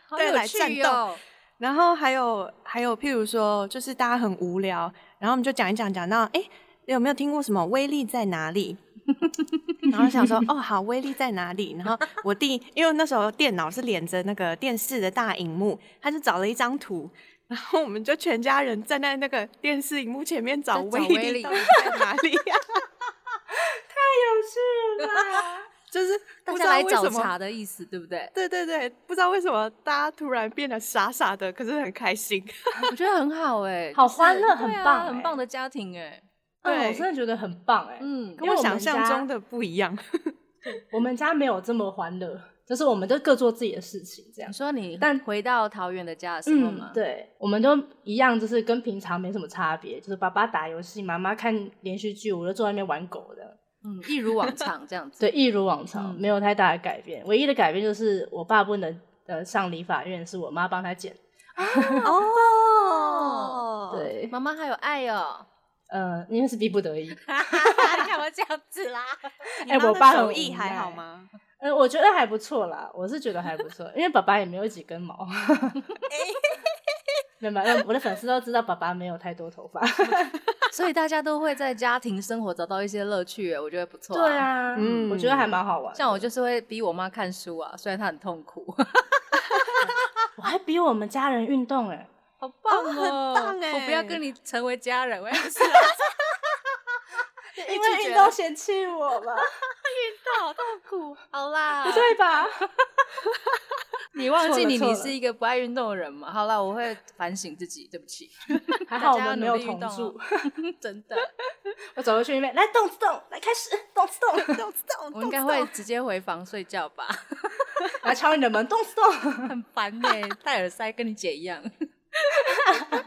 [SPEAKER 2] 好
[SPEAKER 3] 对
[SPEAKER 2] 有
[SPEAKER 3] 来
[SPEAKER 2] 趣
[SPEAKER 3] 战
[SPEAKER 2] 哦、
[SPEAKER 3] 然后还有还有譬如说就是大家很无聊，然后我们就讲一讲讲到哎有没有听过什么威力在哪里？ *laughs* 然后想说哦好，威力在哪里？然后我弟因为那时候电脑是连着那个电视的大荧幕，他就找了一张图。然后我们就全家人站在那个电视荧幕前面找
[SPEAKER 2] 在找
[SPEAKER 3] 威
[SPEAKER 2] 威
[SPEAKER 3] 力
[SPEAKER 2] 力
[SPEAKER 3] 到底在哪
[SPEAKER 2] *laughs*
[SPEAKER 3] 里呀、
[SPEAKER 4] 有事啦，
[SPEAKER 3] *laughs* 就是
[SPEAKER 2] 大家
[SPEAKER 3] 不知道
[SPEAKER 2] 来
[SPEAKER 3] 为
[SPEAKER 2] 找
[SPEAKER 3] 什么
[SPEAKER 2] 茬的意思，对不对？
[SPEAKER 3] 对对对，不知道为什么大家突然变得傻傻的，可是很开心。
[SPEAKER 2] 我觉得很好哎、
[SPEAKER 4] 好
[SPEAKER 2] 就是
[SPEAKER 4] 欢
[SPEAKER 2] 对
[SPEAKER 4] 乐
[SPEAKER 2] 啊
[SPEAKER 4] 很棒
[SPEAKER 2] 很
[SPEAKER 4] 哎
[SPEAKER 2] 棒的家庭哎、
[SPEAKER 4] 嗯，我
[SPEAKER 3] 对
[SPEAKER 4] 真的觉得很棒哎、
[SPEAKER 2] 嗯，
[SPEAKER 4] 跟
[SPEAKER 3] 跟我
[SPEAKER 4] 我
[SPEAKER 3] 想
[SPEAKER 4] 们
[SPEAKER 3] 象
[SPEAKER 4] 家
[SPEAKER 3] 中的不一样。
[SPEAKER 4] 我们家没有这么欢乐，就是我们都各做自己的事情这样
[SPEAKER 2] 你。说你
[SPEAKER 4] 但
[SPEAKER 2] 回到桃园的家的时候
[SPEAKER 4] 嗯
[SPEAKER 2] 嘛，，，
[SPEAKER 4] 对，我们都一样，就是跟平常没什么差别，就是爸爸打游戏，妈妈看连续剧，我就坐在那边玩狗的。
[SPEAKER 2] 嗯，一如往常这样 *laughs* 子。
[SPEAKER 4] 对，一如往常，
[SPEAKER 2] 嗯
[SPEAKER 4] 没有太大的改变。唯一的改变就是我爸不能呃上理法院，是我妈帮他剪。
[SPEAKER 3] *laughs* 哦，
[SPEAKER 4] 对，
[SPEAKER 2] 妈妈还有爱 *laughs* 哦，
[SPEAKER 4] 呃，因为是逼不得已。 *laughs*
[SPEAKER 2] 你干嘛哎这样子啦？
[SPEAKER 3] 你
[SPEAKER 4] 哎
[SPEAKER 3] 妈
[SPEAKER 4] 我
[SPEAKER 3] 的
[SPEAKER 4] 爸
[SPEAKER 3] 手
[SPEAKER 4] 很
[SPEAKER 3] 艺
[SPEAKER 4] 无
[SPEAKER 3] 还好
[SPEAKER 4] 奈
[SPEAKER 3] 吗？ *laughs*
[SPEAKER 4] 呃，我觉得还不错啦，我是觉得还不错，因为爸爸也没有几根毛。 *laughs* 没有，没有我的粉丝都知道爸爸没有太多头发。
[SPEAKER 2] 所以大家都会在家庭生活找到一些乐趣，欸我觉得不错。
[SPEAKER 4] 对，啊，
[SPEAKER 3] 嗯
[SPEAKER 4] 我觉得还蛮好玩的。
[SPEAKER 2] 像我就是会逼我妈看书啊，虽然她很痛苦，
[SPEAKER 4] 我还比我们家人运动哎、
[SPEAKER 2] 好棒哦
[SPEAKER 3] 很棒欸
[SPEAKER 2] 我不要跟你成为家人，我也是。
[SPEAKER 4] *laughs* 因为运动嫌弃我 *laughs* 吧，
[SPEAKER 2] 好痛苦， *laughs* 好啦，
[SPEAKER 4] 不对 *laughs* 吧？
[SPEAKER 2] 你忘记你
[SPEAKER 4] 错
[SPEAKER 2] 你
[SPEAKER 4] 了错了
[SPEAKER 2] 是一个不爱运动的人嘛？好啦，我会反省自己，对不起。
[SPEAKER 4] 还好
[SPEAKER 2] 大
[SPEAKER 4] 我
[SPEAKER 2] 家要
[SPEAKER 4] 们没
[SPEAKER 2] 努
[SPEAKER 4] 有
[SPEAKER 2] 力
[SPEAKER 4] 同
[SPEAKER 2] 运动
[SPEAKER 4] 住，
[SPEAKER 2] 哦， *laughs* 真的，
[SPEAKER 4] *laughs* 我走过去里面来动次动，来开始动次动，
[SPEAKER 3] 动次
[SPEAKER 2] *laughs*
[SPEAKER 3] 动
[SPEAKER 2] 我应该会直接回房睡觉吧，
[SPEAKER 4] 来敲你的门，动次动。
[SPEAKER 2] *laughs* 很烦呢、戴耳塞跟你姐一样。 *laughs*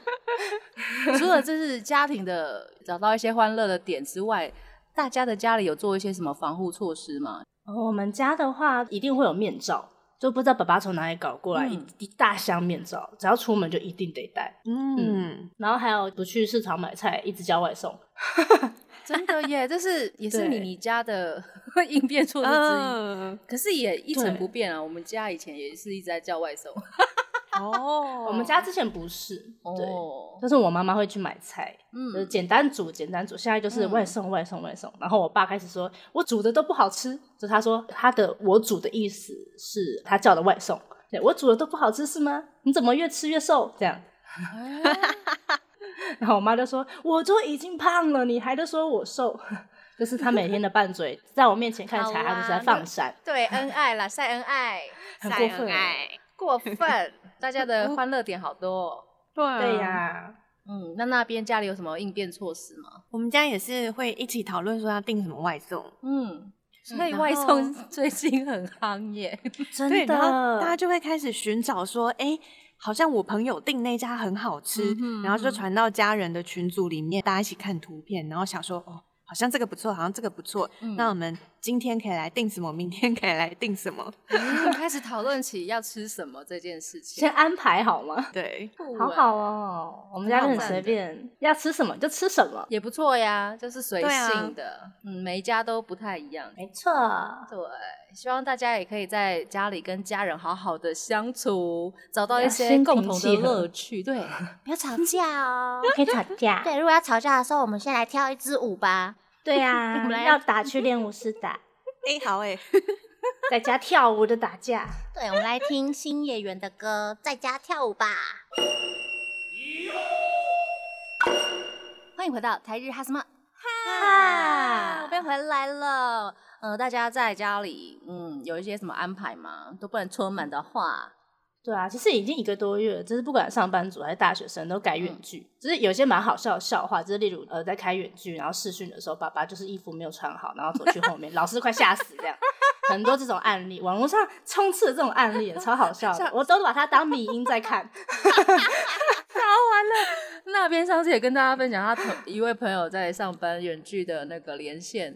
[SPEAKER 2] 除了这是家庭的找到一些欢乐的点之外，大家的家里有做一些什么防护措施吗？
[SPEAKER 4] *laughs* 哦我们家的话一定会有面罩，就不知道爸爸从哪里搞过来、
[SPEAKER 2] 嗯
[SPEAKER 4] 一一大箱面罩，只要出门就一定得戴。
[SPEAKER 3] 嗯，
[SPEAKER 4] 然后还有不去市场买菜，一直叫外送。
[SPEAKER 2] 真的 *laughs* 耶，这是也是
[SPEAKER 4] 对
[SPEAKER 2] 你你家的 *laughs* 应变措施之一。
[SPEAKER 3] *laughs* 嗯，
[SPEAKER 2] 可是也一成
[SPEAKER 4] 对
[SPEAKER 2] 不变啊！我们家以前也是一直在叫外送。
[SPEAKER 3] 哦，
[SPEAKER 4] 我们家之前不是，对，
[SPEAKER 2] 哦，
[SPEAKER 4] 但是我妈妈会去买菜，就是
[SPEAKER 2] 嗯，
[SPEAKER 4] 简单煮，简单煮。现在就是
[SPEAKER 2] 嗯
[SPEAKER 4] 外送，外送，外送。然后我爸开始说，我煮的都不好吃，就他说他的我煮的意思是他叫的外送，对我煮的都不好吃是吗？你怎么越吃越瘦这样？然后我妈就说，我就已经胖了，你还在说我瘦， *laughs* 就是他每天的拌嘴，在我面前看起来
[SPEAKER 2] 好啦
[SPEAKER 4] 他就是在放闪，
[SPEAKER 2] 对，恩爱啦，晒恩爱，
[SPEAKER 4] 很过分。
[SPEAKER 3] 欸
[SPEAKER 2] 过分，大家的欢乐点好多、哦。
[SPEAKER 3] 对啊
[SPEAKER 4] 对呀、
[SPEAKER 2] 嗯，那那边家里有什么应变措施吗？
[SPEAKER 3] 我们家也是会一起讨论说要订什么外送，
[SPEAKER 2] 嗯，所以
[SPEAKER 3] 然
[SPEAKER 2] 外
[SPEAKER 3] 后
[SPEAKER 2] 送最近很夯耶。
[SPEAKER 3] 对，
[SPEAKER 4] 真
[SPEAKER 3] 然后大家
[SPEAKER 4] 的，
[SPEAKER 3] 就会开始寻找说，哎、好像我朋友订那家很好吃，
[SPEAKER 2] 嗯哼
[SPEAKER 3] 然后就
[SPEAKER 2] 嗯哼
[SPEAKER 3] 传到家人的群组里面，大家一起看图片，然后想说，哦，好像这个不错，好像这个不错，
[SPEAKER 2] 嗯 *laughs*
[SPEAKER 3] 那我们今天可以来订什么，明天可以来订什么，
[SPEAKER 2] 嗯，开始讨论起要吃什么这件事情
[SPEAKER 4] 先，安排好吗？
[SPEAKER 3] 对，
[SPEAKER 4] 好好哦，我们家就很随便，要吃什么就吃什么。
[SPEAKER 2] 也不错呀，就是随
[SPEAKER 3] 对啊
[SPEAKER 2] 性的。嗯，每一家都不太一样。
[SPEAKER 4] 没错，
[SPEAKER 2] 对，希望大家也可以在家里跟家人好好的相处，找到一
[SPEAKER 4] 要
[SPEAKER 2] 些
[SPEAKER 4] 心
[SPEAKER 2] 啊共
[SPEAKER 4] 平
[SPEAKER 2] 同的
[SPEAKER 4] 气和
[SPEAKER 2] 乐趣。 *laughs* 对，
[SPEAKER 1] 不要吵架哦。
[SPEAKER 4] 可以吵架。
[SPEAKER 1] 对，如果要吵架的时候，我们先来跳一支舞吧。
[SPEAKER 4] 对呀 *laughs*
[SPEAKER 1] 我们来
[SPEAKER 4] 要打去练舞室打，
[SPEAKER 3] 哎、好哎、
[SPEAKER 4] 在家跳舞的打 *laughs* 架。
[SPEAKER 1] 对，我们来听新演员的歌，在家跳舞吧。
[SPEAKER 2] 欢迎回到台日哈什么啊，
[SPEAKER 4] 啊
[SPEAKER 2] 我，们回来了。呃，大家在家里，嗯，有一些什么安排吗？都不能出门的话，
[SPEAKER 4] 对啊，其实已经一个多月了，就是不管上班族还是大学生都改远距，就是有些蛮好笑的笑话，就是例如呃在开远距，然后试训的时候，爸爸就是衣服没有穿好，然后走去后面，老师快吓死这样。很多这种案例，网络上充斥了这种案例，超好笑的，我都把它当迷音在看。
[SPEAKER 2] 好完了，那边上次也跟大家分享，他同一位朋友在上班远距的那个连线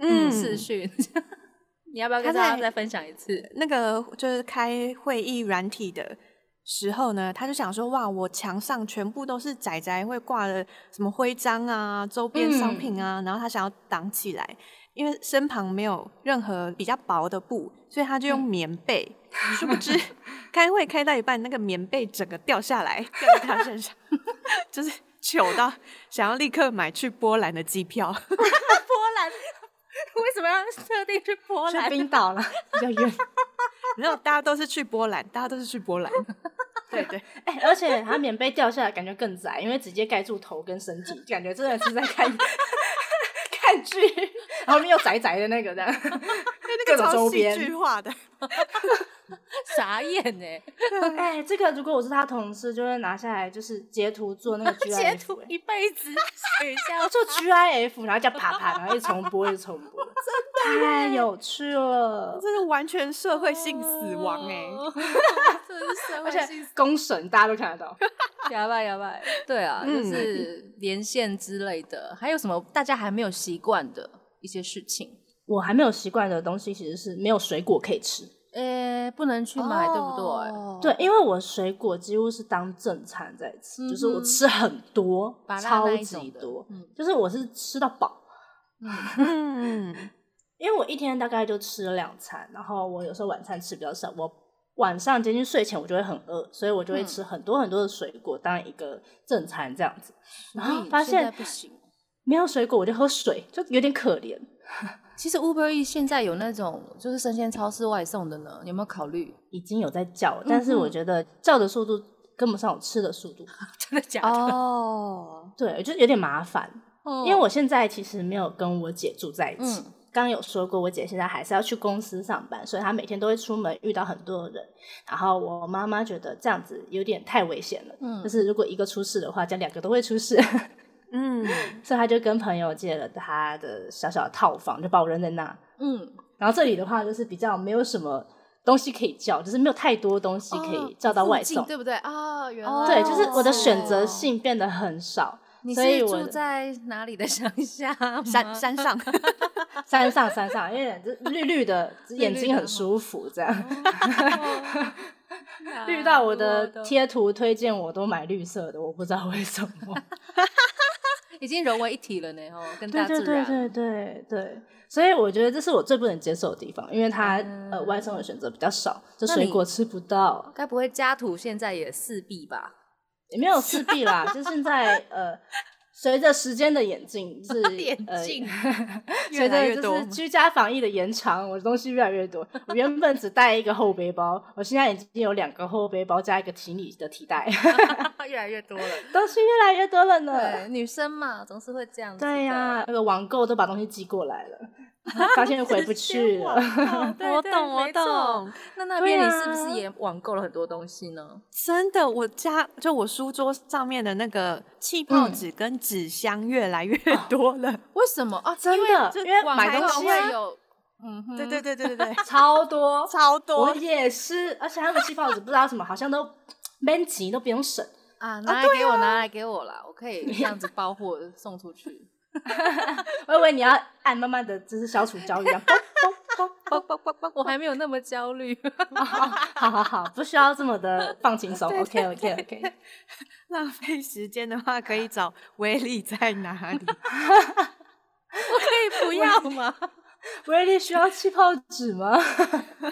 [SPEAKER 3] 嗯
[SPEAKER 2] 视讯， *laughs* 你要不要
[SPEAKER 3] 他
[SPEAKER 2] 跟大家
[SPEAKER 3] 在
[SPEAKER 2] 再分享一次？
[SPEAKER 3] 那个就是开会议软体的时候呢，他就想说，哇，我墙上全部都是仔仔会挂的什么徽章啊、周边商品啊，然后他想要挡起来，因为身旁没有任何比较薄的布，所以他就用棉 *laughs* 被。殊不知，开会开到一半，那个棉被整个掉下来，掉在他身上， *laughs* 就是糗到想要立刻买去波兰的机票。 *laughs*
[SPEAKER 2] 波兰 *laughs* 为什么要特地去波
[SPEAKER 4] 去
[SPEAKER 2] 兰？
[SPEAKER 4] 冰岛了， *laughs* 比较远。
[SPEAKER 3] 然后大家都是去波兰，大家都是去波兰。 *laughs* 对对，
[SPEAKER 4] 哎、而且它棉被掉下来，感觉更窄，因为直接盖住头跟身体，感觉真的是在看 *laughs* 看剧，然后面又窄窄的那个这样，各
[SPEAKER 3] *laughs* 那个
[SPEAKER 4] 种
[SPEAKER 3] 超
[SPEAKER 4] 周
[SPEAKER 3] 戏
[SPEAKER 4] 边。
[SPEAKER 3] 剧化的。
[SPEAKER 2] 傻眼呢、欸，
[SPEAKER 4] *laughs* 哎、这个如果我是他同事，就会拿下来就是截图做那个 GIF，
[SPEAKER 2] 截图 *laughs* 一辈子取消
[SPEAKER 4] 欸做 GIF，然后叫啪啪，然后一直重播，一直重播，真的太有趣了。
[SPEAKER 3] 这是完全社会性死亡哎、
[SPEAKER 4] 哦
[SPEAKER 3] *laughs*
[SPEAKER 2] 哦
[SPEAKER 3] 欸！
[SPEAKER 2] *laughs* 这是社
[SPEAKER 4] 而
[SPEAKER 2] 会
[SPEAKER 4] 且
[SPEAKER 2] 性
[SPEAKER 4] 公审大家都看得到， *laughs*
[SPEAKER 2] 哑巴哑巴，对啊，
[SPEAKER 3] 嗯
[SPEAKER 2] 就是连线之类的，还有什么大家还没有习惯的一些事情，
[SPEAKER 4] 我还没有习惯的东西其实是没有水果可以吃。
[SPEAKER 2] 呃，不能去买，对不对？
[SPEAKER 3] 对？
[SPEAKER 4] 对，因为我水果几乎是当正餐在吃，就是我
[SPEAKER 2] 嗯哼
[SPEAKER 4] 吃很多，
[SPEAKER 2] 芭乐
[SPEAKER 4] 超
[SPEAKER 2] 那一
[SPEAKER 4] 级
[SPEAKER 2] 种的
[SPEAKER 4] 多，
[SPEAKER 2] 嗯
[SPEAKER 4] 就是我是吃到饱。
[SPEAKER 3] 嗯，
[SPEAKER 4] 因为我一天大概就吃了两餐，然后我有时候晚餐吃比较少，我晚上接近睡前我就会很饿，所以我
[SPEAKER 2] 嗯
[SPEAKER 4] 就会吃很多很多的水果当一个正餐这样子。然
[SPEAKER 2] 所
[SPEAKER 4] 后
[SPEAKER 2] 以
[SPEAKER 4] 发
[SPEAKER 2] 啊现在
[SPEAKER 4] 现
[SPEAKER 2] 不行。
[SPEAKER 4] 没有水果我就喝水，就有点可怜。
[SPEAKER 2] 其实 Uber E 现在有那种就是生鲜超市外送的呢，你有没有考虑？
[SPEAKER 4] 已经有在叫了，但
[SPEAKER 2] 嗯
[SPEAKER 4] 是我觉得叫的速度跟不上我吃的速度，
[SPEAKER 2] *laughs* 真的假
[SPEAKER 3] 哦，
[SPEAKER 4] 对，就是有点麻烦。
[SPEAKER 2] 哦
[SPEAKER 4] 因为我现在其实没有跟我姐住在一起。
[SPEAKER 2] 嗯
[SPEAKER 4] 刚刚有说过，我姐现在还是要去公司上班，所以她每天都会出门遇到很多人。然后我妈妈觉得这样子有点太危险了，
[SPEAKER 2] 嗯
[SPEAKER 4] 就是如果一个出事的话，这样两个都会出事， *laughs*
[SPEAKER 3] *laughs* 嗯，
[SPEAKER 4] 所以她就跟朋友借了她的小小的套房，就把我扔在那。
[SPEAKER 2] 嗯，
[SPEAKER 4] 然后这里的话就是比较没有什么东西可以叫，就是没有太多东西可以叫到外
[SPEAKER 2] 哦附
[SPEAKER 4] 送。
[SPEAKER 2] 近对不对啊？原
[SPEAKER 3] 哦
[SPEAKER 2] 来嗯
[SPEAKER 4] 对，就是我的选择
[SPEAKER 3] 哦
[SPEAKER 4] 性变得很少。
[SPEAKER 2] 你
[SPEAKER 4] 所以
[SPEAKER 2] 是
[SPEAKER 4] 我
[SPEAKER 2] 住在哪里的
[SPEAKER 4] *laughs*
[SPEAKER 2] 乡下吗？
[SPEAKER 3] 山
[SPEAKER 2] *laughs*
[SPEAKER 3] 山上
[SPEAKER 4] 山上山上，因 *laughs* 为这绿绿的，眼睛很舒服，这样。 *laughs* 绿到我 *laughs* 的贴图推荐我都买绿色的，我不知道为什 *laughs* 么。
[SPEAKER 2] 已经融为一体了呢，哦，跟
[SPEAKER 4] 对
[SPEAKER 2] 大
[SPEAKER 4] 对
[SPEAKER 2] 自
[SPEAKER 4] 对
[SPEAKER 2] 然。
[SPEAKER 4] 对对对，所以我觉得这是我最不能接受的地方，因为它、
[SPEAKER 2] 嗯
[SPEAKER 4] 呃外送的选择比较少，这
[SPEAKER 2] 那
[SPEAKER 4] 水
[SPEAKER 2] 你
[SPEAKER 4] 果吃不到，
[SPEAKER 2] 该不会家徒现在也四壁吧？
[SPEAKER 4] 也没有四壁啦，就现在呃。随着时间的演进，就是
[SPEAKER 3] *laughs*
[SPEAKER 2] 演
[SPEAKER 4] 呃
[SPEAKER 2] 进
[SPEAKER 4] 随
[SPEAKER 3] 越来越
[SPEAKER 4] 着就
[SPEAKER 3] 多
[SPEAKER 4] 是居家防疫的延长，我的东西越来越多。我原本只带一个后背包，我现在已经有两个后背包加一个提里的提袋，
[SPEAKER 2] *laughs*
[SPEAKER 4] *laughs*
[SPEAKER 2] 越来越多了。
[SPEAKER 4] 东西越来越多了呢
[SPEAKER 2] *laughs* 对，。女生嘛，总是会这样子的。
[SPEAKER 4] 对呀、
[SPEAKER 2] *laughs*
[SPEAKER 4] 那个网购都把东西寄过来了，啊发现回不去了。
[SPEAKER 2] 哦对
[SPEAKER 3] 我懂我。
[SPEAKER 2] 对没
[SPEAKER 3] 懂
[SPEAKER 2] 错，那那边
[SPEAKER 4] 对
[SPEAKER 2] 你
[SPEAKER 4] 啊
[SPEAKER 2] 是不是也网购了很多东西呢？
[SPEAKER 3] 真的，我家就我书桌上面的那个气泡纸跟纸箱越来越多了。
[SPEAKER 2] 为什么啊？
[SPEAKER 4] 真的，
[SPEAKER 3] 就
[SPEAKER 4] 因为
[SPEAKER 3] 网
[SPEAKER 4] 买
[SPEAKER 3] 购
[SPEAKER 4] 东西啊
[SPEAKER 2] 会有，嗯哼，
[SPEAKER 3] 对对对对对对，
[SPEAKER 4] *laughs* 超多，
[SPEAKER 3] *laughs* 超多
[SPEAKER 4] 我也是，而且他们气泡纸不知道什么，好像都 *laughs* 闷急都不用省。
[SPEAKER 2] 啊，拿来给我，拿来给我啦，我可以这样子包货送出 *laughs* 去。
[SPEAKER 4] 我以为你要按慢慢的，就是消除焦虑一啊样。嘣嘣嘣
[SPEAKER 3] 包包包包，
[SPEAKER 2] 我还没有那么焦 *laughs* 虑，
[SPEAKER 4] 好好好，不需要这么的放轻松。OK OK OK，
[SPEAKER 3] 浪费时间的话，可以找威力在哪 *laughs* 里？
[SPEAKER 2] 我可以不要吗？
[SPEAKER 4] 威力需要气泡纸吗？ *laughs*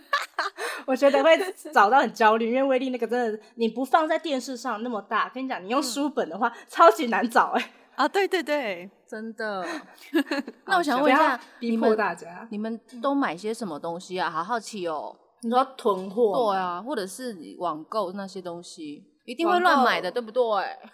[SPEAKER 4] 我觉得会找到很焦虑，因为威力那个真的，你不放在电视上那么大，跟你讲，你用书本的话、超级难找哎、
[SPEAKER 3] 啊，对对对，
[SPEAKER 2] 真 *laughs* 的。那我想
[SPEAKER 4] 不
[SPEAKER 2] 问一
[SPEAKER 4] 要
[SPEAKER 2] 下，
[SPEAKER 4] 逼
[SPEAKER 2] 你
[SPEAKER 4] 迫
[SPEAKER 2] 们
[SPEAKER 4] 大家。
[SPEAKER 2] 你们都买些什么东西啊？好好奇哦。
[SPEAKER 4] 你说囤货？
[SPEAKER 2] 对啊，或者是你网购那些东西，一定会
[SPEAKER 4] 网
[SPEAKER 2] 乱
[SPEAKER 4] 购
[SPEAKER 2] 买的，对不对？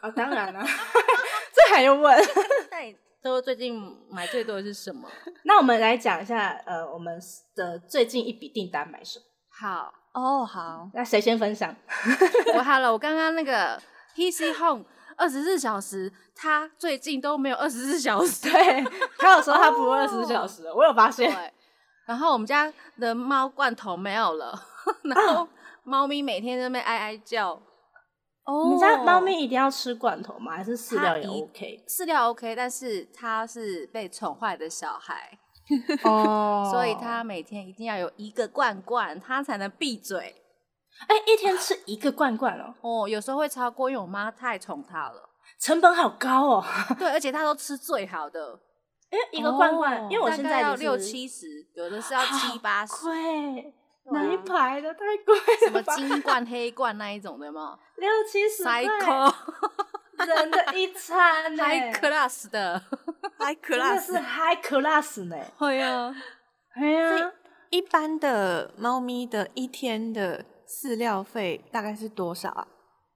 [SPEAKER 4] 啊、当然了、 *laughs* 这还用问？ *laughs*
[SPEAKER 2] 那你 *laughs* 都最近买最多的是什么？
[SPEAKER 4] 那我们来讲一下，呃，我们的最近一笔订单买什么？
[SPEAKER 2] 好，
[SPEAKER 3] 哦 *laughs* 好，
[SPEAKER 4] 那谁先分 *laughs* 享？
[SPEAKER 2] *laughs* 我好了，我刚刚那个 PC Home 二十四小时，它最近都没有二十四小时。
[SPEAKER 4] *laughs* 对，他有说他不二十四小时，我有发现。
[SPEAKER 2] 对，然后我们家的
[SPEAKER 4] 啊
[SPEAKER 2] 猫罐头没有了，然后猫咪每天在那边哀哀叫，哦
[SPEAKER 4] 你知道猫咪一定要吃罐头吗？还是饲料也
[SPEAKER 2] 它一
[SPEAKER 4] OK？
[SPEAKER 2] 饲料 OK，但是它是被宠坏的小孩，
[SPEAKER 4] 哦
[SPEAKER 2] 所以它每天一定要有一个罐罐，它才能闭嘴。
[SPEAKER 4] 哎、一天吃一个罐罐哦，
[SPEAKER 2] 哦，有时候会超过，因为我妈太宠它了。 *laughs*
[SPEAKER 4] 成本好高哦。 *laughs*
[SPEAKER 2] 对，而且它都吃最好的，
[SPEAKER 4] 因为一个罐罐，
[SPEAKER 3] 哦
[SPEAKER 4] 因为我
[SPEAKER 2] 大
[SPEAKER 4] 现
[SPEAKER 2] 概
[SPEAKER 4] 在
[SPEAKER 2] 要
[SPEAKER 4] 就是
[SPEAKER 2] 六七十，有的是要七八十，
[SPEAKER 4] 贵，
[SPEAKER 2] 对啊
[SPEAKER 4] 哪一排的太贵
[SPEAKER 2] 什 *laughs*
[SPEAKER 4] 了
[SPEAKER 2] 么
[SPEAKER 4] 吧？
[SPEAKER 2] 金罐、黑罐那一种的 *laughs* 嘛
[SPEAKER 4] 六七十块
[SPEAKER 2] *laughs* ，cycle
[SPEAKER 4] 人的一
[SPEAKER 2] *laughs*
[SPEAKER 4] 餐呢、
[SPEAKER 2] high class 的，
[SPEAKER 3] 还可
[SPEAKER 4] 真的是 high class 呢、
[SPEAKER 2] 会啊，
[SPEAKER 4] 哎呀、
[SPEAKER 3] 一般的猫咪的一天的饲料费大概是多少啊？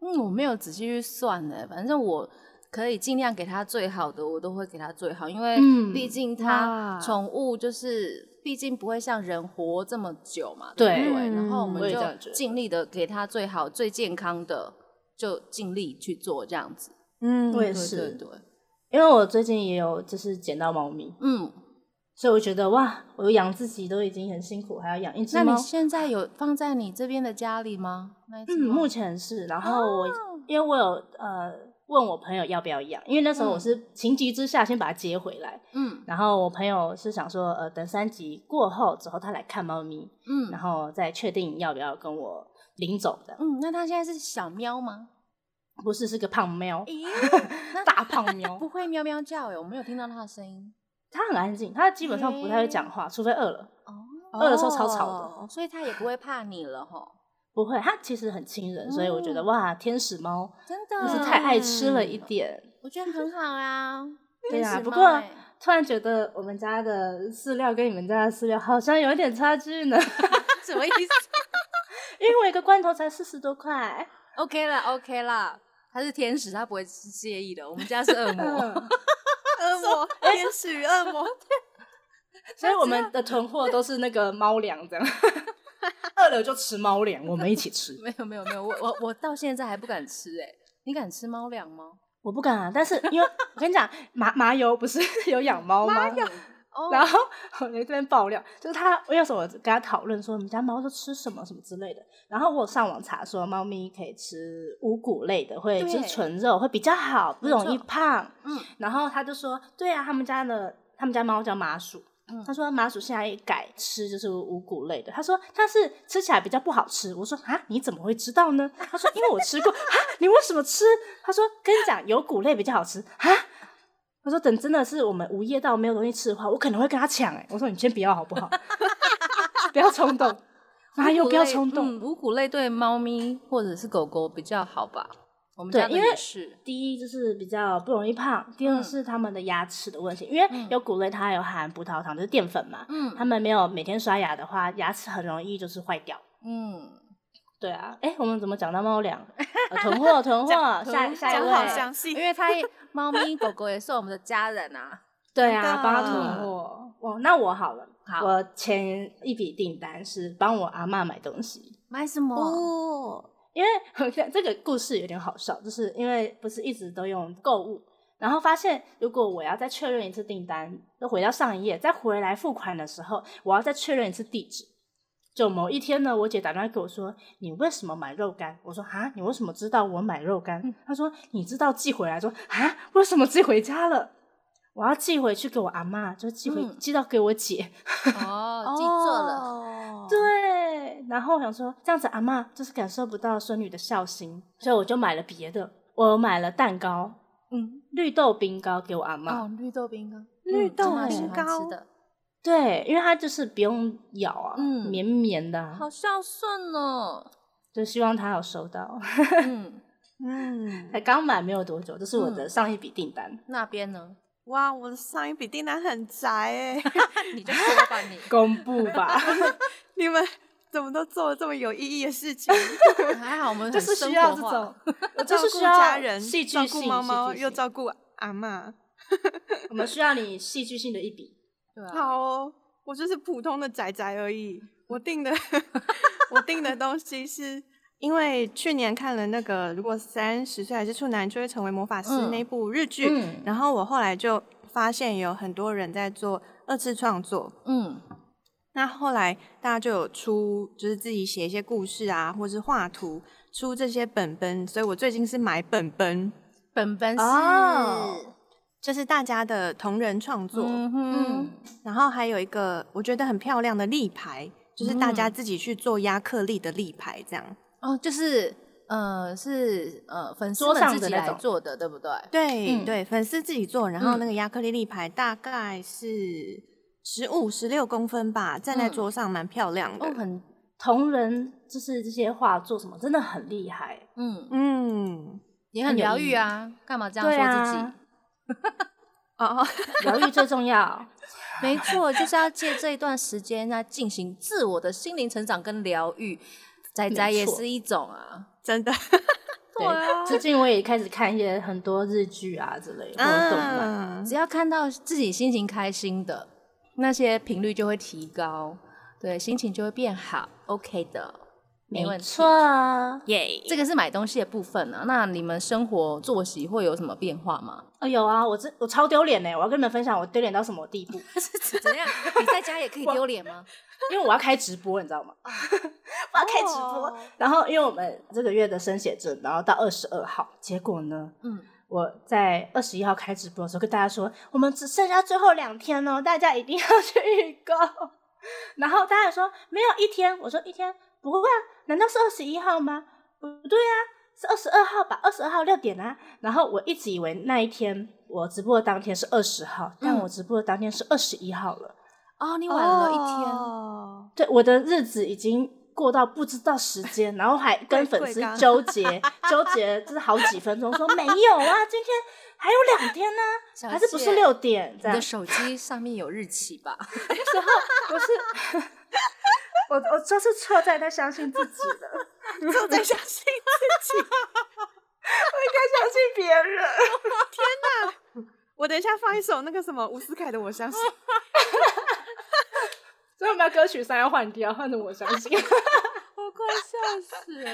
[SPEAKER 2] 嗯，我没有仔细去算呢，反正我可以尽量给它最好的，我都会给它最好，因为
[SPEAKER 4] 嗯
[SPEAKER 2] 毕竟它
[SPEAKER 3] 哇
[SPEAKER 2] 宠物就是，毕竟不会像人活这么久嘛，
[SPEAKER 4] 对
[SPEAKER 2] 不对？
[SPEAKER 3] 嗯
[SPEAKER 2] 然后我们
[SPEAKER 4] 我也
[SPEAKER 2] 就
[SPEAKER 4] 这样觉得
[SPEAKER 2] 尽力的给它最好、最健康的，就尽力去做这样子。
[SPEAKER 3] 嗯，
[SPEAKER 4] 我也
[SPEAKER 2] 对
[SPEAKER 4] 是
[SPEAKER 2] 对对，
[SPEAKER 4] 因为我最近也有就是捡到猫咪，
[SPEAKER 2] 嗯，
[SPEAKER 4] 所以我觉得哇，我养自己都已经很辛苦，还要养一只
[SPEAKER 2] 那
[SPEAKER 4] 猫
[SPEAKER 2] 你。现在有放在你这边的家里吗？那一只
[SPEAKER 4] 嗯，
[SPEAKER 2] 猫
[SPEAKER 4] 目前是，然后我、
[SPEAKER 2] 哦
[SPEAKER 4] 因为我有呃问我朋友要不要养，因为那时候我是情急之下先把它接回来，
[SPEAKER 2] 嗯
[SPEAKER 4] 然后我朋友是想说呃等三级过后之后他来看猫咪，
[SPEAKER 2] 嗯
[SPEAKER 4] 然后再确定要不要跟我领走的。
[SPEAKER 2] 嗯，那它现在是小喵吗？
[SPEAKER 4] 不是，是个胖喵，
[SPEAKER 2] *laughs* 咦，*laughs*
[SPEAKER 4] 大胖喵
[SPEAKER 2] 不，会喵喵叫哎，我没有听到它的声音。
[SPEAKER 4] 它很安静，它基本上不太会讲话，除非饿了。
[SPEAKER 2] 哦，
[SPEAKER 4] 饿的时候超吵的
[SPEAKER 3] 哦
[SPEAKER 2] 所以它也不会怕你了吼。
[SPEAKER 4] 不会，它其实很亲人，所以我觉得
[SPEAKER 2] 嗯
[SPEAKER 4] 哇，天使猫
[SPEAKER 2] 真的，
[SPEAKER 4] 就
[SPEAKER 3] 嗯
[SPEAKER 4] 是太爱吃了一点。
[SPEAKER 2] *laughs* 我觉得很好啊。
[SPEAKER 4] 对
[SPEAKER 2] 天
[SPEAKER 4] 啊，
[SPEAKER 2] 使
[SPEAKER 4] 不
[SPEAKER 2] 猫
[SPEAKER 4] 过
[SPEAKER 2] 欸
[SPEAKER 4] 突然觉得我们家的饲料跟你们家的饲料好像有点差距呢，
[SPEAKER 3] 什么意思？
[SPEAKER 4] 因为我一个罐头才四十多 *laughs* 块。
[SPEAKER 2] *laughs* OK 啦，OK 啦，它是天使，它不会介意的。我们家是恶 *laughs* 魔，
[SPEAKER 4] *laughs* 嗯，
[SPEAKER 3] 恶 *laughs* 魔，
[SPEAKER 4] 哎
[SPEAKER 3] 天使与恶
[SPEAKER 4] *laughs*
[SPEAKER 3] 魔，
[SPEAKER 4] 所以我们的囤货都是那个猫粮 *laughs* 这样，饿了就吃猫粮，我们一起吃。
[SPEAKER 2] 没有没有没有，我我我到现在还不敢吃哎。你敢吃猫粮吗？
[SPEAKER 4] 我不敢啊，但是因为我跟你讲，麻麻油不是 *laughs* 有养猫吗？
[SPEAKER 2] 哦
[SPEAKER 4] *laughs* 然后我在这边爆料，就是他，我有时候我跟他讨论说你们家猫都吃什么什么之类的，然后我有上网查说猫咪可以吃五谷类的，会就是
[SPEAKER 2] 对
[SPEAKER 4] 纯肉会比较好，不
[SPEAKER 2] 没
[SPEAKER 4] 容易
[SPEAKER 2] 错
[SPEAKER 4] 胖。
[SPEAKER 2] 嗯，
[SPEAKER 4] 然后他就说，对啊，他们家的他们家猫叫麻薯。
[SPEAKER 2] 嗯
[SPEAKER 4] 他说麻薯现在一改吃就是五谷类的，他说但是吃起来比较不好吃。我说啊，你怎么会知道呢？他说因为我吃过啊，你为什么吃？他说跟你讲有谷类比较好吃啊。他说等真的是我们无业到没有东西吃的话，我可能会跟他抢哎、我说你先不要好不 *laughs* 好？不要冲动，哪
[SPEAKER 2] 五
[SPEAKER 4] 有
[SPEAKER 2] 谷
[SPEAKER 4] 不要
[SPEAKER 2] 类
[SPEAKER 4] 冲动？
[SPEAKER 2] 嗯五谷类对猫咪或者是狗狗比较好吧？我们
[SPEAKER 4] 对
[SPEAKER 2] 家的
[SPEAKER 4] 因为
[SPEAKER 2] 也是，
[SPEAKER 4] 第一就是比较不容易胖，第二
[SPEAKER 2] 嗯
[SPEAKER 4] 是他们的牙齿的问题，因为
[SPEAKER 2] 嗯
[SPEAKER 4] 有谷类它有含葡萄糖，就是淀粉嘛。
[SPEAKER 2] 嗯
[SPEAKER 4] 他们没有每天刷牙的话，牙齿很容易就是坏掉。
[SPEAKER 2] 嗯，
[SPEAKER 4] 对啊，哎、我们怎么讲到猫粮？呃囤货，囤货，下下一
[SPEAKER 3] 讲
[SPEAKER 4] 位。
[SPEAKER 3] 好详
[SPEAKER 2] 因
[SPEAKER 3] 细。
[SPEAKER 2] 为它也猫咪狗狗也是我们的家人 *laughs* 啊。
[SPEAKER 4] 对
[SPEAKER 3] 真
[SPEAKER 4] 啊，
[SPEAKER 3] 的
[SPEAKER 4] 帮他囤货。我那我好了，
[SPEAKER 2] 好
[SPEAKER 4] 我前一笔订单是帮我阿嬷买东西，
[SPEAKER 2] 买什么？
[SPEAKER 3] 哦，
[SPEAKER 4] 因为我看这个故事有点好笑，就是因为不是一直都用购物，然后发现如果我要再确认一次订单，又回到上一页，再回来付款的时候，我要再确认一次地址。就某一天呢，我姐打电话给我说：“你为什么买肉干？”我说：“啊，你为什么知道我买肉干？”她说：“你知道寄回来。”说：“啊，为什么寄回家了？”我要寄回去给我阿妈，就寄回、
[SPEAKER 2] 嗯
[SPEAKER 4] 寄到给我姐。
[SPEAKER 2] 哦，记错了。
[SPEAKER 3] 了
[SPEAKER 4] 对，然后我想说这样子阿嬷就是感受不到孙女的孝心，所以我就买了别的，我买了蛋糕，
[SPEAKER 2] 嗯，
[SPEAKER 4] 绿豆冰糕给我阿嬷。
[SPEAKER 2] 哦，绿豆冰糕，
[SPEAKER 3] 绿
[SPEAKER 2] 嗯这
[SPEAKER 3] 豆
[SPEAKER 2] 蛮喜
[SPEAKER 3] 冰
[SPEAKER 2] 欢吃
[SPEAKER 3] 糕
[SPEAKER 2] 的，
[SPEAKER 4] 对，因为它就是不用咬啊，
[SPEAKER 2] 嗯
[SPEAKER 4] 绵绵的啊、
[SPEAKER 2] 好孝顺哦。
[SPEAKER 4] 就希望她有收到。
[SPEAKER 2] *laughs* 嗯，
[SPEAKER 3] 嗯
[SPEAKER 4] 才，刚买没有多久，这是我的上一笔订单。
[SPEAKER 2] 那边呢？
[SPEAKER 3] 哇，我的上一笔订单很宅哎、
[SPEAKER 4] *laughs*
[SPEAKER 2] 你就说吧，你
[SPEAKER 4] 公布吧，
[SPEAKER 3] 你们怎么都做了这么有意义的
[SPEAKER 4] *laughs*
[SPEAKER 3] 事情？
[SPEAKER 2] *laughs* 还好，我们
[SPEAKER 4] *laughs* 就
[SPEAKER 2] 很
[SPEAKER 4] 是需
[SPEAKER 2] 生
[SPEAKER 4] 要
[SPEAKER 2] 活
[SPEAKER 4] 这
[SPEAKER 2] 化
[SPEAKER 4] 种， *laughs* 我就
[SPEAKER 3] 照
[SPEAKER 4] 是
[SPEAKER 3] 顾
[SPEAKER 4] 需要
[SPEAKER 3] 家人，
[SPEAKER 4] 戏剧
[SPEAKER 3] 照顾
[SPEAKER 4] 性
[SPEAKER 3] 猫猫，
[SPEAKER 4] 戏剧
[SPEAKER 3] 又
[SPEAKER 4] 性
[SPEAKER 3] 照顾阿嬷。
[SPEAKER 4] 我们需要你戏剧性的一笔。
[SPEAKER 2] 对啊，
[SPEAKER 3] 好哦，我就是普通的宅宅而已。我
[SPEAKER 4] *laughs*
[SPEAKER 3] 订的，我订的东西是因为去年看了那个，如果三十岁还是处男就会成为魔法师
[SPEAKER 2] 嗯
[SPEAKER 3] 那部日剧，
[SPEAKER 4] 嗯，
[SPEAKER 3] 然后我后来就发现有很多人在做二次创作，
[SPEAKER 2] 嗯
[SPEAKER 3] 那后来大家就有出，就是自己写一些故事啊，或是画图。出这些本本，所以我最近是买本本，
[SPEAKER 2] 本本是，
[SPEAKER 4] 哦
[SPEAKER 3] 就是大家的同人创作，
[SPEAKER 2] 嗯哼，
[SPEAKER 4] 嗯，
[SPEAKER 3] 然后还有一个我觉得很漂亮的立牌，就是大家自己去做亚克力的立牌，这样。
[SPEAKER 2] 哦，就是呃是呃粉丝
[SPEAKER 4] 桌上
[SPEAKER 2] 们
[SPEAKER 4] 的
[SPEAKER 2] 自己
[SPEAKER 4] 那
[SPEAKER 2] 来
[SPEAKER 4] 种
[SPEAKER 2] 做的，对不对？
[SPEAKER 3] 对、
[SPEAKER 4] 嗯
[SPEAKER 3] 对，粉丝自己做，然后
[SPEAKER 2] 嗯
[SPEAKER 3] 那个亚克力立牌大概是十五、十六公分吧，站在
[SPEAKER 2] 嗯
[SPEAKER 3] 桌上蛮漂亮的。
[SPEAKER 4] 哦，很同人，就是这些画作什么，真的很厉害。
[SPEAKER 2] 嗯，
[SPEAKER 3] 嗯，
[SPEAKER 2] 也很
[SPEAKER 4] 很有
[SPEAKER 2] 疗
[SPEAKER 4] 意
[SPEAKER 2] 愈
[SPEAKER 4] 义
[SPEAKER 2] 啊，干嘛这样
[SPEAKER 4] 对
[SPEAKER 2] 说自己？
[SPEAKER 4] 啊
[SPEAKER 3] 哦， *laughs*
[SPEAKER 4] 疗愈最重要。
[SPEAKER 2] 没错，就是要借这一段时间来进行自我的心灵成长跟疗愈。仔仔也
[SPEAKER 4] 没错
[SPEAKER 2] 是一种啊，
[SPEAKER 3] 真的，
[SPEAKER 4] 对，
[SPEAKER 3] 啊
[SPEAKER 4] 最近我也开始看一些很多日剧啊之类的，或者动漫。
[SPEAKER 3] 嗯
[SPEAKER 2] 只要看到自己心情开心的，那些频率就会提高，对，心情就会变好，OK 的，没问
[SPEAKER 4] 没
[SPEAKER 2] 题。
[SPEAKER 4] 错，
[SPEAKER 3] 耶、
[SPEAKER 2] 这个是买东西的部分啊。那你们生活作息会有什么变化吗？
[SPEAKER 4] 哦，有啊，我这我超丢脸呢，我要跟你们分享我丢脸到什么地步，
[SPEAKER 2] *laughs* 怎样？你在家也 *laughs* 可以丢脸吗？
[SPEAKER 4] 因为我要开直播，你知
[SPEAKER 3] *laughs*
[SPEAKER 4] 道吗？我要开直播，
[SPEAKER 3] 哦
[SPEAKER 4] 然后因为我们这个月的生写证，然后到二十二号，结果呢，
[SPEAKER 2] 嗯，
[SPEAKER 4] 我在二十一号开直播的时候跟大家说，我们只剩下最后两天哦，大家一定要去预购。 *laughs* 然后大家说没有一天，我说一天不会啊，难道是二十一号吗？不对啊，是二十二号吧？二十二号六点啊。然后我一直以为那一天我直播的当天是二十号，但我直播的当天是二十一号了。
[SPEAKER 2] 哦，你晚了一天，
[SPEAKER 3] 哦
[SPEAKER 4] 对，我的日子已经过到不知道时间，然后还跟粉丝
[SPEAKER 3] 贵刚
[SPEAKER 4] 纠结纠结，就是好几分钟，说没有啊，今天还有两天呢、
[SPEAKER 2] 小
[SPEAKER 4] 还是不
[SPEAKER 2] 姐
[SPEAKER 4] 是六点？这
[SPEAKER 2] 你
[SPEAKER 4] 样
[SPEAKER 2] 的手机上面有日期吧？
[SPEAKER 4] 时候不是 *laughs* 我，我就是错在他相信自己的，
[SPEAKER 3] *laughs* 就在相信自己。
[SPEAKER 4] 相信别人。
[SPEAKER 3] *laughs* 我等一下放一首那个什么伍思凯的《我相信》，
[SPEAKER 4] *laughs* 所以我们要歌曲三要换掉，换成我相信。
[SPEAKER 2] 我快笑死了。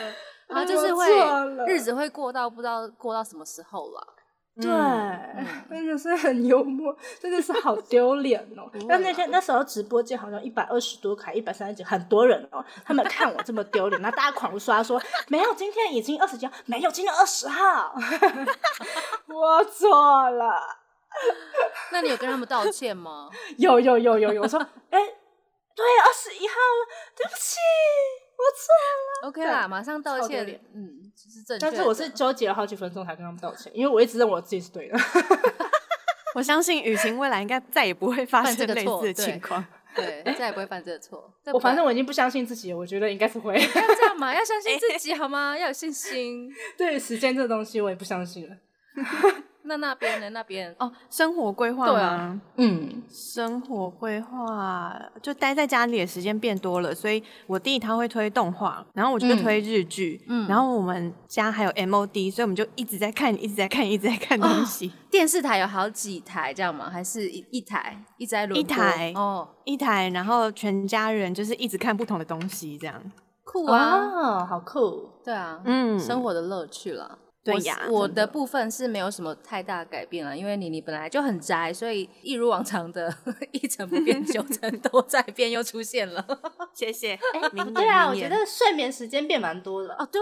[SPEAKER 2] 然后
[SPEAKER 4] 哎
[SPEAKER 2] 就是
[SPEAKER 4] 我
[SPEAKER 2] 会
[SPEAKER 4] 错了
[SPEAKER 2] 日子会过到不知道过到什么时候了。
[SPEAKER 4] 对，
[SPEAKER 3] 嗯
[SPEAKER 2] 嗯
[SPEAKER 4] 真的是很幽默，真的是好丢脸哦
[SPEAKER 2] 不会。
[SPEAKER 4] 但那
[SPEAKER 2] 啦
[SPEAKER 4] 天那时候直播间好像一百二十多卡，一百三十几，很多人哦。他们看我这么丢脸，那大家狂刷说没有，今天已经二十九，没有，今天二十号， *laughs* 我错了。
[SPEAKER 2] 那你有跟他们道歉吗？
[SPEAKER 4] 有有有有有，我说哎、对，二十一号了，对不起，我错了。
[SPEAKER 2] OK 啦，
[SPEAKER 4] 对
[SPEAKER 2] 马上道
[SPEAKER 4] 超
[SPEAKER 2] 歉
[SPEAKER 4] 丢脸。
[SPEAKER 2] 嗯，这是正确的。
[SPEAKER 4] 但是我是纠结了好几分钟才跟他们道歉，因为我一直认为我自己是对的。
[SPEAKER 3] 我相信雨晴未来应该再也不会发
[SPEAKER 2] 犯
[SPEAKER 3] 生
[SPEAKER 2] 这个
[SPEAKER 3] 类
[SPEAKER 2] 错
[SPEAKER 3] 似的
[SPEAKER 2] 对
[SPEAKER 3] 情况。
[SPEAKER 2] 对，再也不会犯这个
[SPEAKER 4] *laughs*
[SPEAKER 2] 错。再不
[SPEAKER 4] 我
[SPEAKER 2] 会
[SPEAKER 4] 反正我已经不相信自己了，我觉得应该是会。 *laughs*
[SPEAKER 2] 不要这样嘛，要相信自己好吗？要有信心。
[SPEAKER 4] 对于时间这东西，我也不相信了。
[SPEAKER 2] 那那边呢？那边哦，
[SPEAKER 3] 哦，生活规划
[SPEAKER 2] 对
[SPEAKER 3] 吗？
[SPEAKER 4] 嗯，
[SPEAKER 3] 生活规划就待在家里的时间变多了，所以我弟他会推动画，然后我就
[SPEAKER 4] 嗯
[SPEAKER 3] 推日剧，
[SPEAKER 2] 嗯
[SPEAKER 3] 然后我们家还有 MOD，所以我们就一直在看，一直在看，一直在看东 *laughs* 西。
[SPEAKER 2] 电视台有好几台这样吗？还是一一台一直在轮播？
[SPEAKER 3] 一台
[SPEAKER 2] 哦，
[SPEAKER 3] 一台，然后全家人就是一直看不同的东西，这样。
[SPEAKER 2] 酷啊！
[SPEAKER 4] 哇，好酷！
[SPEAKER 2] 对啊，
[SPEAKER 3] 嗯
[SPEAKER 2] 生活的乐趣啦。
[SPEAKER 3] 对
[SPEAKER 2] 我
[SPEAKER 3] 呀
[SPEAKER 2] 我
[SPEAKER 3] 真
[SPEAKER 2] 的
[SPEAKER 3] 的
[SPEAKER 2] 部分是没有什么太大改变了，因为妮妮本来就很宅，所以一如往常的 *laughs* 一成不变，九成多在变又出现了。
[SPEAKER 3] 谢谢。哎明
[SPEAKER 4] 对啊，
[SPEAKER 3] 年
[SPEAKER 4] 我觉得睡眠时间变蛮多
[SPEAKER 2] *laughs*
[SPEAKER 4] 的。
[SPEAKER 2] 哦，对，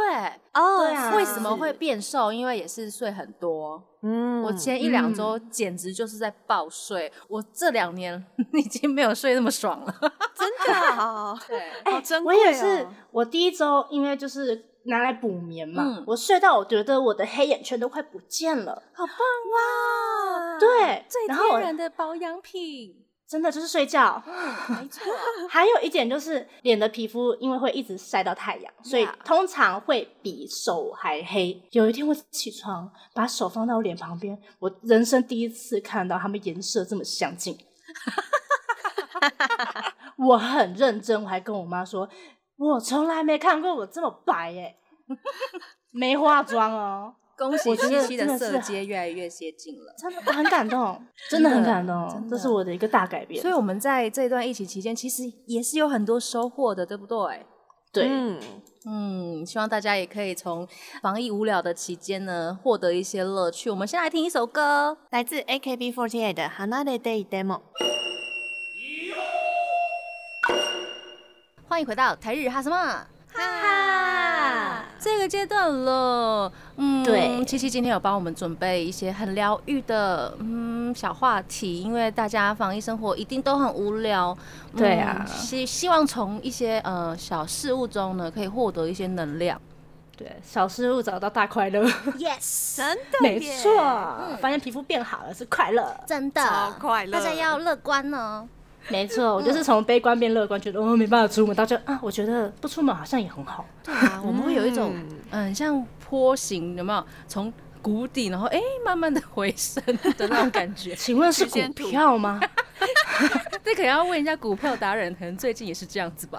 [SPEAKER 3] 哦，
[SPEAKER 4] 对啊
[SPEAKER 2] 为什么会变瘦？因为也是睡很多。
[SPEAKER 3] 嗯
[SPEAKER 2] 我前一两周简直就是在暴睡，我这两年已经没有睡那么爽了。
[SPEAKER 3] 真的哦
[SPEAKER 2] 对，
[SPEAKER 3] 好
[SPEAKER 4] 哎
[SPEAKER 3] 珍
[SPEAKER 4] 我
[SPEAKER 3] *laughs* 贵哦
[SPEAKER 4] 也是，我第一周因为就是拿来补眠嘛，
[SPEAKER 2] 嗯
[SPEAKER 4] 我睡到我觉得我的黑眼圈都快不见了。
[SPEAKER 2] 好棒哇！
[SPEAKER 4] 对
[SPEAKER 2] 最
[SPEAKER 4] 然后我
[SPEAKER 2] 天然的保养品，
[SPEAKER 4] 真的就是睡觉，
[SPEAKER 2] 没错。
[SPEAKER 4] *laughs* 还有一点就是脸的皮肤，因为会一直晒到太阳，所以
[SPEAKER 2] Yeah
[SPEAKER 4] 通常会比手还黑。有一天我起床，把手放到我脸旁边，我人生第一次看到他们颜色这么相近。 *laughs* 我很认真，我还跟我妈说，我从来没看过我这么白耶、没化妆哦， *laughs*
[SPEAKER 2] 恭喜
[SPEAKER 4] 我觉
[SPEAKER 2] 七
[SPEAKER 4] 得
[SPEAKER 2] 七的
[SPEAKER 4] 真的
[SPEAKER 2] 色
[SPEAKER 4] 是
[SPEAKER 2] 阶越来越接近了。
[SPEAKER 4] 真的我很感动，真的很感动
[SPEAKER 2] 真，的
[SPEAKER 4] 这是我的一个大改变。
[SPEAKER 2] 所以我们在这段疫情期间，其实也是有很多收获的，对不对？
[SPEAKER 4] 对，
[SPEAKER 3] 嗯，
[SPEAKER 2] 嗯，希望大家也可以从防疫无聊的期间呢，获得一些乐趣。我们先来听一首歌。
[SPEAKER 3] 来自 AKB48 的《Hanare Day Demo》。
[SPEAKER 2] 欢迎回到台日哈什么？
[SPEAKER 3] 哈，
[SPEAKER 2] 这个阶段了。嗯，
[SPEAKER 4] 对
[SPEAKER 2] 七七今天有帮我们准备一些很疗愈的嗯小话题，因为大家防疫生活一定都很无聊。嗯
[SPEAKER 4] 对啊
[SPEAKER 2] 希希望从一些呃小事物中呢，可以获得一些能量。
[SPEAKER 4] 对，小失误找到大快乐， *laughs*
[SPEAKER 1] ，yes，
[SPEAKER 3] 真的
[SPEAKER 4] 没
[SPEAKER 3] 耶
[SPEAKER 4] 错，
[SPEAKER 2] 嗯
[SPEAKER 4] 发现皮肤变好了是快乐，
[SPEAKER 1] 真的，
[SPEAKER 3] 超快乐
[SPEAKER 1] 大家要乐观哦。
[SPEAKER 4] 没错，我就是从悲观变乐观，觉得哦没办法出门，到就啊，我觉得不出门好像也很好，。
[SPEAKER 2] 对啊，我们会有一种嗯，像坡形有没有？从谷底，然后哎、慢慢的回升的那种感觉
[SPEAKER 4] 请问是
[SPEAKER 3] 曲线
[SPEAKER 4] 股
[SPEAKER 3] 图
[SPEAKER 4] 票吗？
[SPEAKER 2] *laughs* 这可能要问一下股票达人，可能最近也是这样子吧。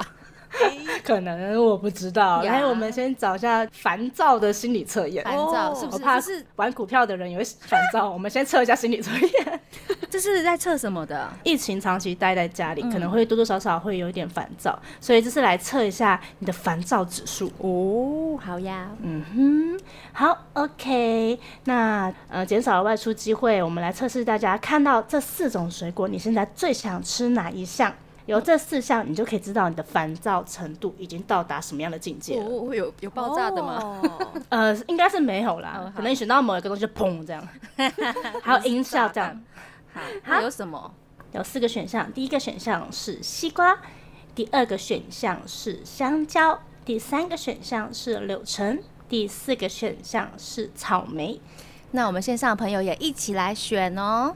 [SPEAKER 4] 可能我不知道。
[SPEAKER 2] 呀
[SPEAKER 4] 来，我们先找一下烦躁的心理测验。
[SPEAKER 2] *laughs* 烦
[SPEAKER 3] 哦
[SPEAKER 2] 躁是不
[SPEAKER 4] 我
[SPEAKER 2] 是？
[SPEAKER 4] 怕
[SPEAKER 2] 这是
[SPEAKER 4] 玩股票的人也会烦
[SPEAKER 2] *laughs*
[SPEAKER 4] 躁，我们先测一下心理测验。
[SPEAKER 2] 这是在测什么的？
[SPEAKER 4] 疫情长期待在家里，可能会多多少少会有一点烦躁，所以这是来测一下你的烦躁指数。
[SPEAKER 2] 哦，好呀，
[SPEAKER 4] 嗯哼，好，OK 那。呃，减少了外出机会，我们来测试大家看到这四种水果，你现在最想吃哪一项？有这四项，你就可以知道你的烦躁程度已经到达什么样的境界了。
[SPEAKER 2] 我哦有有爆炸的吗？
[SPEAKER 3] *laughs* 哦
[SPEAKER 4] 呃，应该是没有啦，
[SPEAKER 2] 哦好
[SPEAKER 4] 可能你选到某一个东西就
[SPEAKER 2] *laughs*
[SPEAKER 4] 砰这样，还有音效这样。
[SPEAKER 2] 好，那有什么？
[SPEAKER 4] 有四个选项，第一个选项是西瓜，第二个选项是香蕉，第三个选项是柳橙，第四个选项是草莓。
[SPEAKER 2] 那我们线上的朋友也一起来选哦。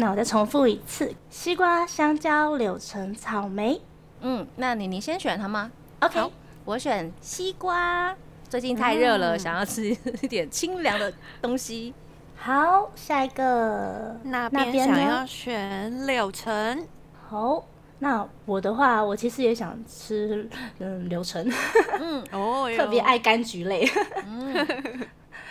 [SPEAKER 4] 那我再重复一次：西瓜、香蕉、柳橙、草莓。
[SPEAKER 2] 嗯，那你你先选它吗？
[SPEAKER 4] OK，
[SPEAKER 2] 好我选西瓜，最近太热了，想要吃一点清凉的东西。
[SPEAKER 4] 好下一个
[SPEAKER 3] 那边想要选柳橙，
[SPEAKER 4] 好。那我的话，我其实也想吃，嗯，柳橙， *laughs*
[SPEAKER 2] 嗯
[SPEAKER 3] 哦哟，嗯
[SPEAKER 4] 特别爱柑橘类。 *laughs*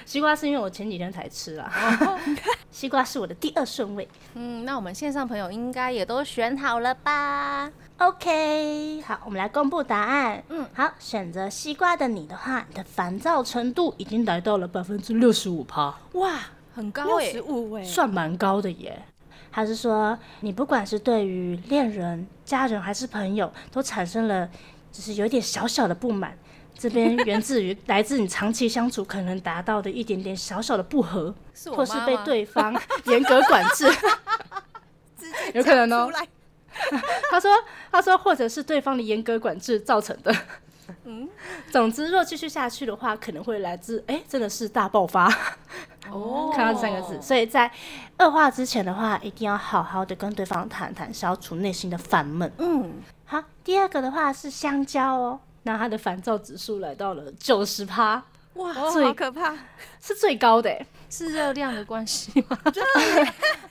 [SPEAKER 4] 西瓜是因为我前几天才吃啦，
[SPEAKER 3] 哦
[SPEAKER 4] *laughs* 西瓜是我的第二顺位。
[SPEAKER 2] 嗯，那我们线上朋友应该也都选好了吧？
[SPEAKER 4] OK，好，我们来公布答案。
[SPEAKER 2] 嗯
[SPEAKER 4] 嗯，好，选择西瓜的你的话，你的烦躁程度已经来到了百分之六十五趴，
[SPEAKER 2] 哇，很高欸
[SPEAKER 3] 六
[SPEAKER 2] 诶、
[SPEAKER 3] 十五哎，
[SPEAKER 4] 算蛮高的耶。他是说，你不管是对于恋人、家人还是朋友，都产生了就是有一点小小的不满。这边源自于来自你长期相处可能达到的一点点小小的不和，
[SPEAKER 2] *laughs* 是我
[SPEAKER 4] 或是
[SPEAKER 2] 妈
[SPEAKER 4] 被
[SPEAKER 2] 吗
[SPEAKER 4] 对方严格管制。有可能哦
[SPEAKER 3] 出来
[SPEAKER 4] *laughs* 他说，他说，或者是对方的严格管制造成的。
[SPEAKER 2] 嗯
[SPEAKER 4] 总之，若继续下去的话，可能会来自哎、真的是大爆发。
[SPEAKER 2] 哦
[SPEAKER 4] *laughs* 看到这三个字，所以在恶化之前的话，一定要好好的跟对方谈谈，消除内心的烦闷。
[SPEAKER 2] 嗯，
[SPEAKER 4] 好，第二个的话是香蕉哦，那它的烦躁指数来到了九十趴，
[SPEAKER 3] 哇，
[SPEAKER 4] 最
[SPEAKER 3] 好可怕，
[SPEAKER 4] 是最高的欸。
[SPEAKER 2] 是热量的关系 *laughs* 吗？
[SPEAKER 4] *laughs*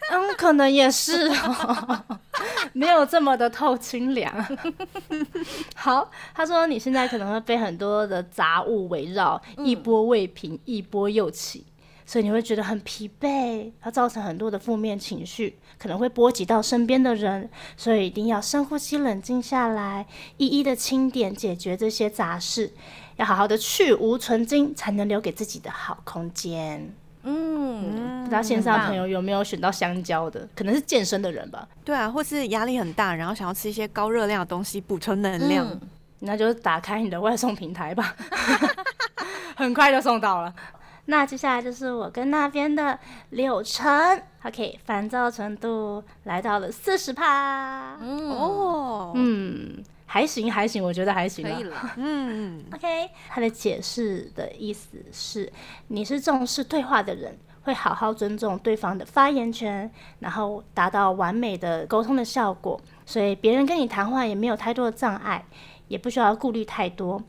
[SPEAKER 4] 嗯，可能也是、哦， *laughs* 没有这么的透清凉。 *laughs* 好，他说你现在可能会被很多的杂物围绕，一波未平，一波又起，所以你会觉得很疲惫，它造成很多的负面情绪，可能会波及到身边的人，所以一定要深呼吸，冷静下来，一一的清点，解决这些杂事，要好好的去无存精，才能留给自己的好空间。
[SPEAKER 2] 嗯，
[SPEAKER 4] 不知道线上朋友有没有选到香蕉的，可能是健身的人吧，
[SPEAKER 3] 对啊，或是压力很大，然后想要吃一些高热量的东西补充能量，
[SPEAKER 2] 嗯
[SPEAKER 4] 那就打开你的外送平台吧， *laughs* 很快就送到了。那接下来就是我跟那边的柳橙，OK，烦躁程度来到了四十趴，
[SPEAKER 3] 哦，
[SPEAKER 4] 嗯，还行还行，我觉得还行、
[SPEAKER 2] 可
[SPEAKER 4] 啊，
[SPEAKER 2] 以了。
[SPEAKER 3] 嗯，
[SPEAKER 4] OK，他的解释的意思是，你是重视对话的人，会好好尊重对方的发言权，然后达到完美的沟通的效果，所以别人跟你谈话也没有太多的障碍，也不需要顾虑太多。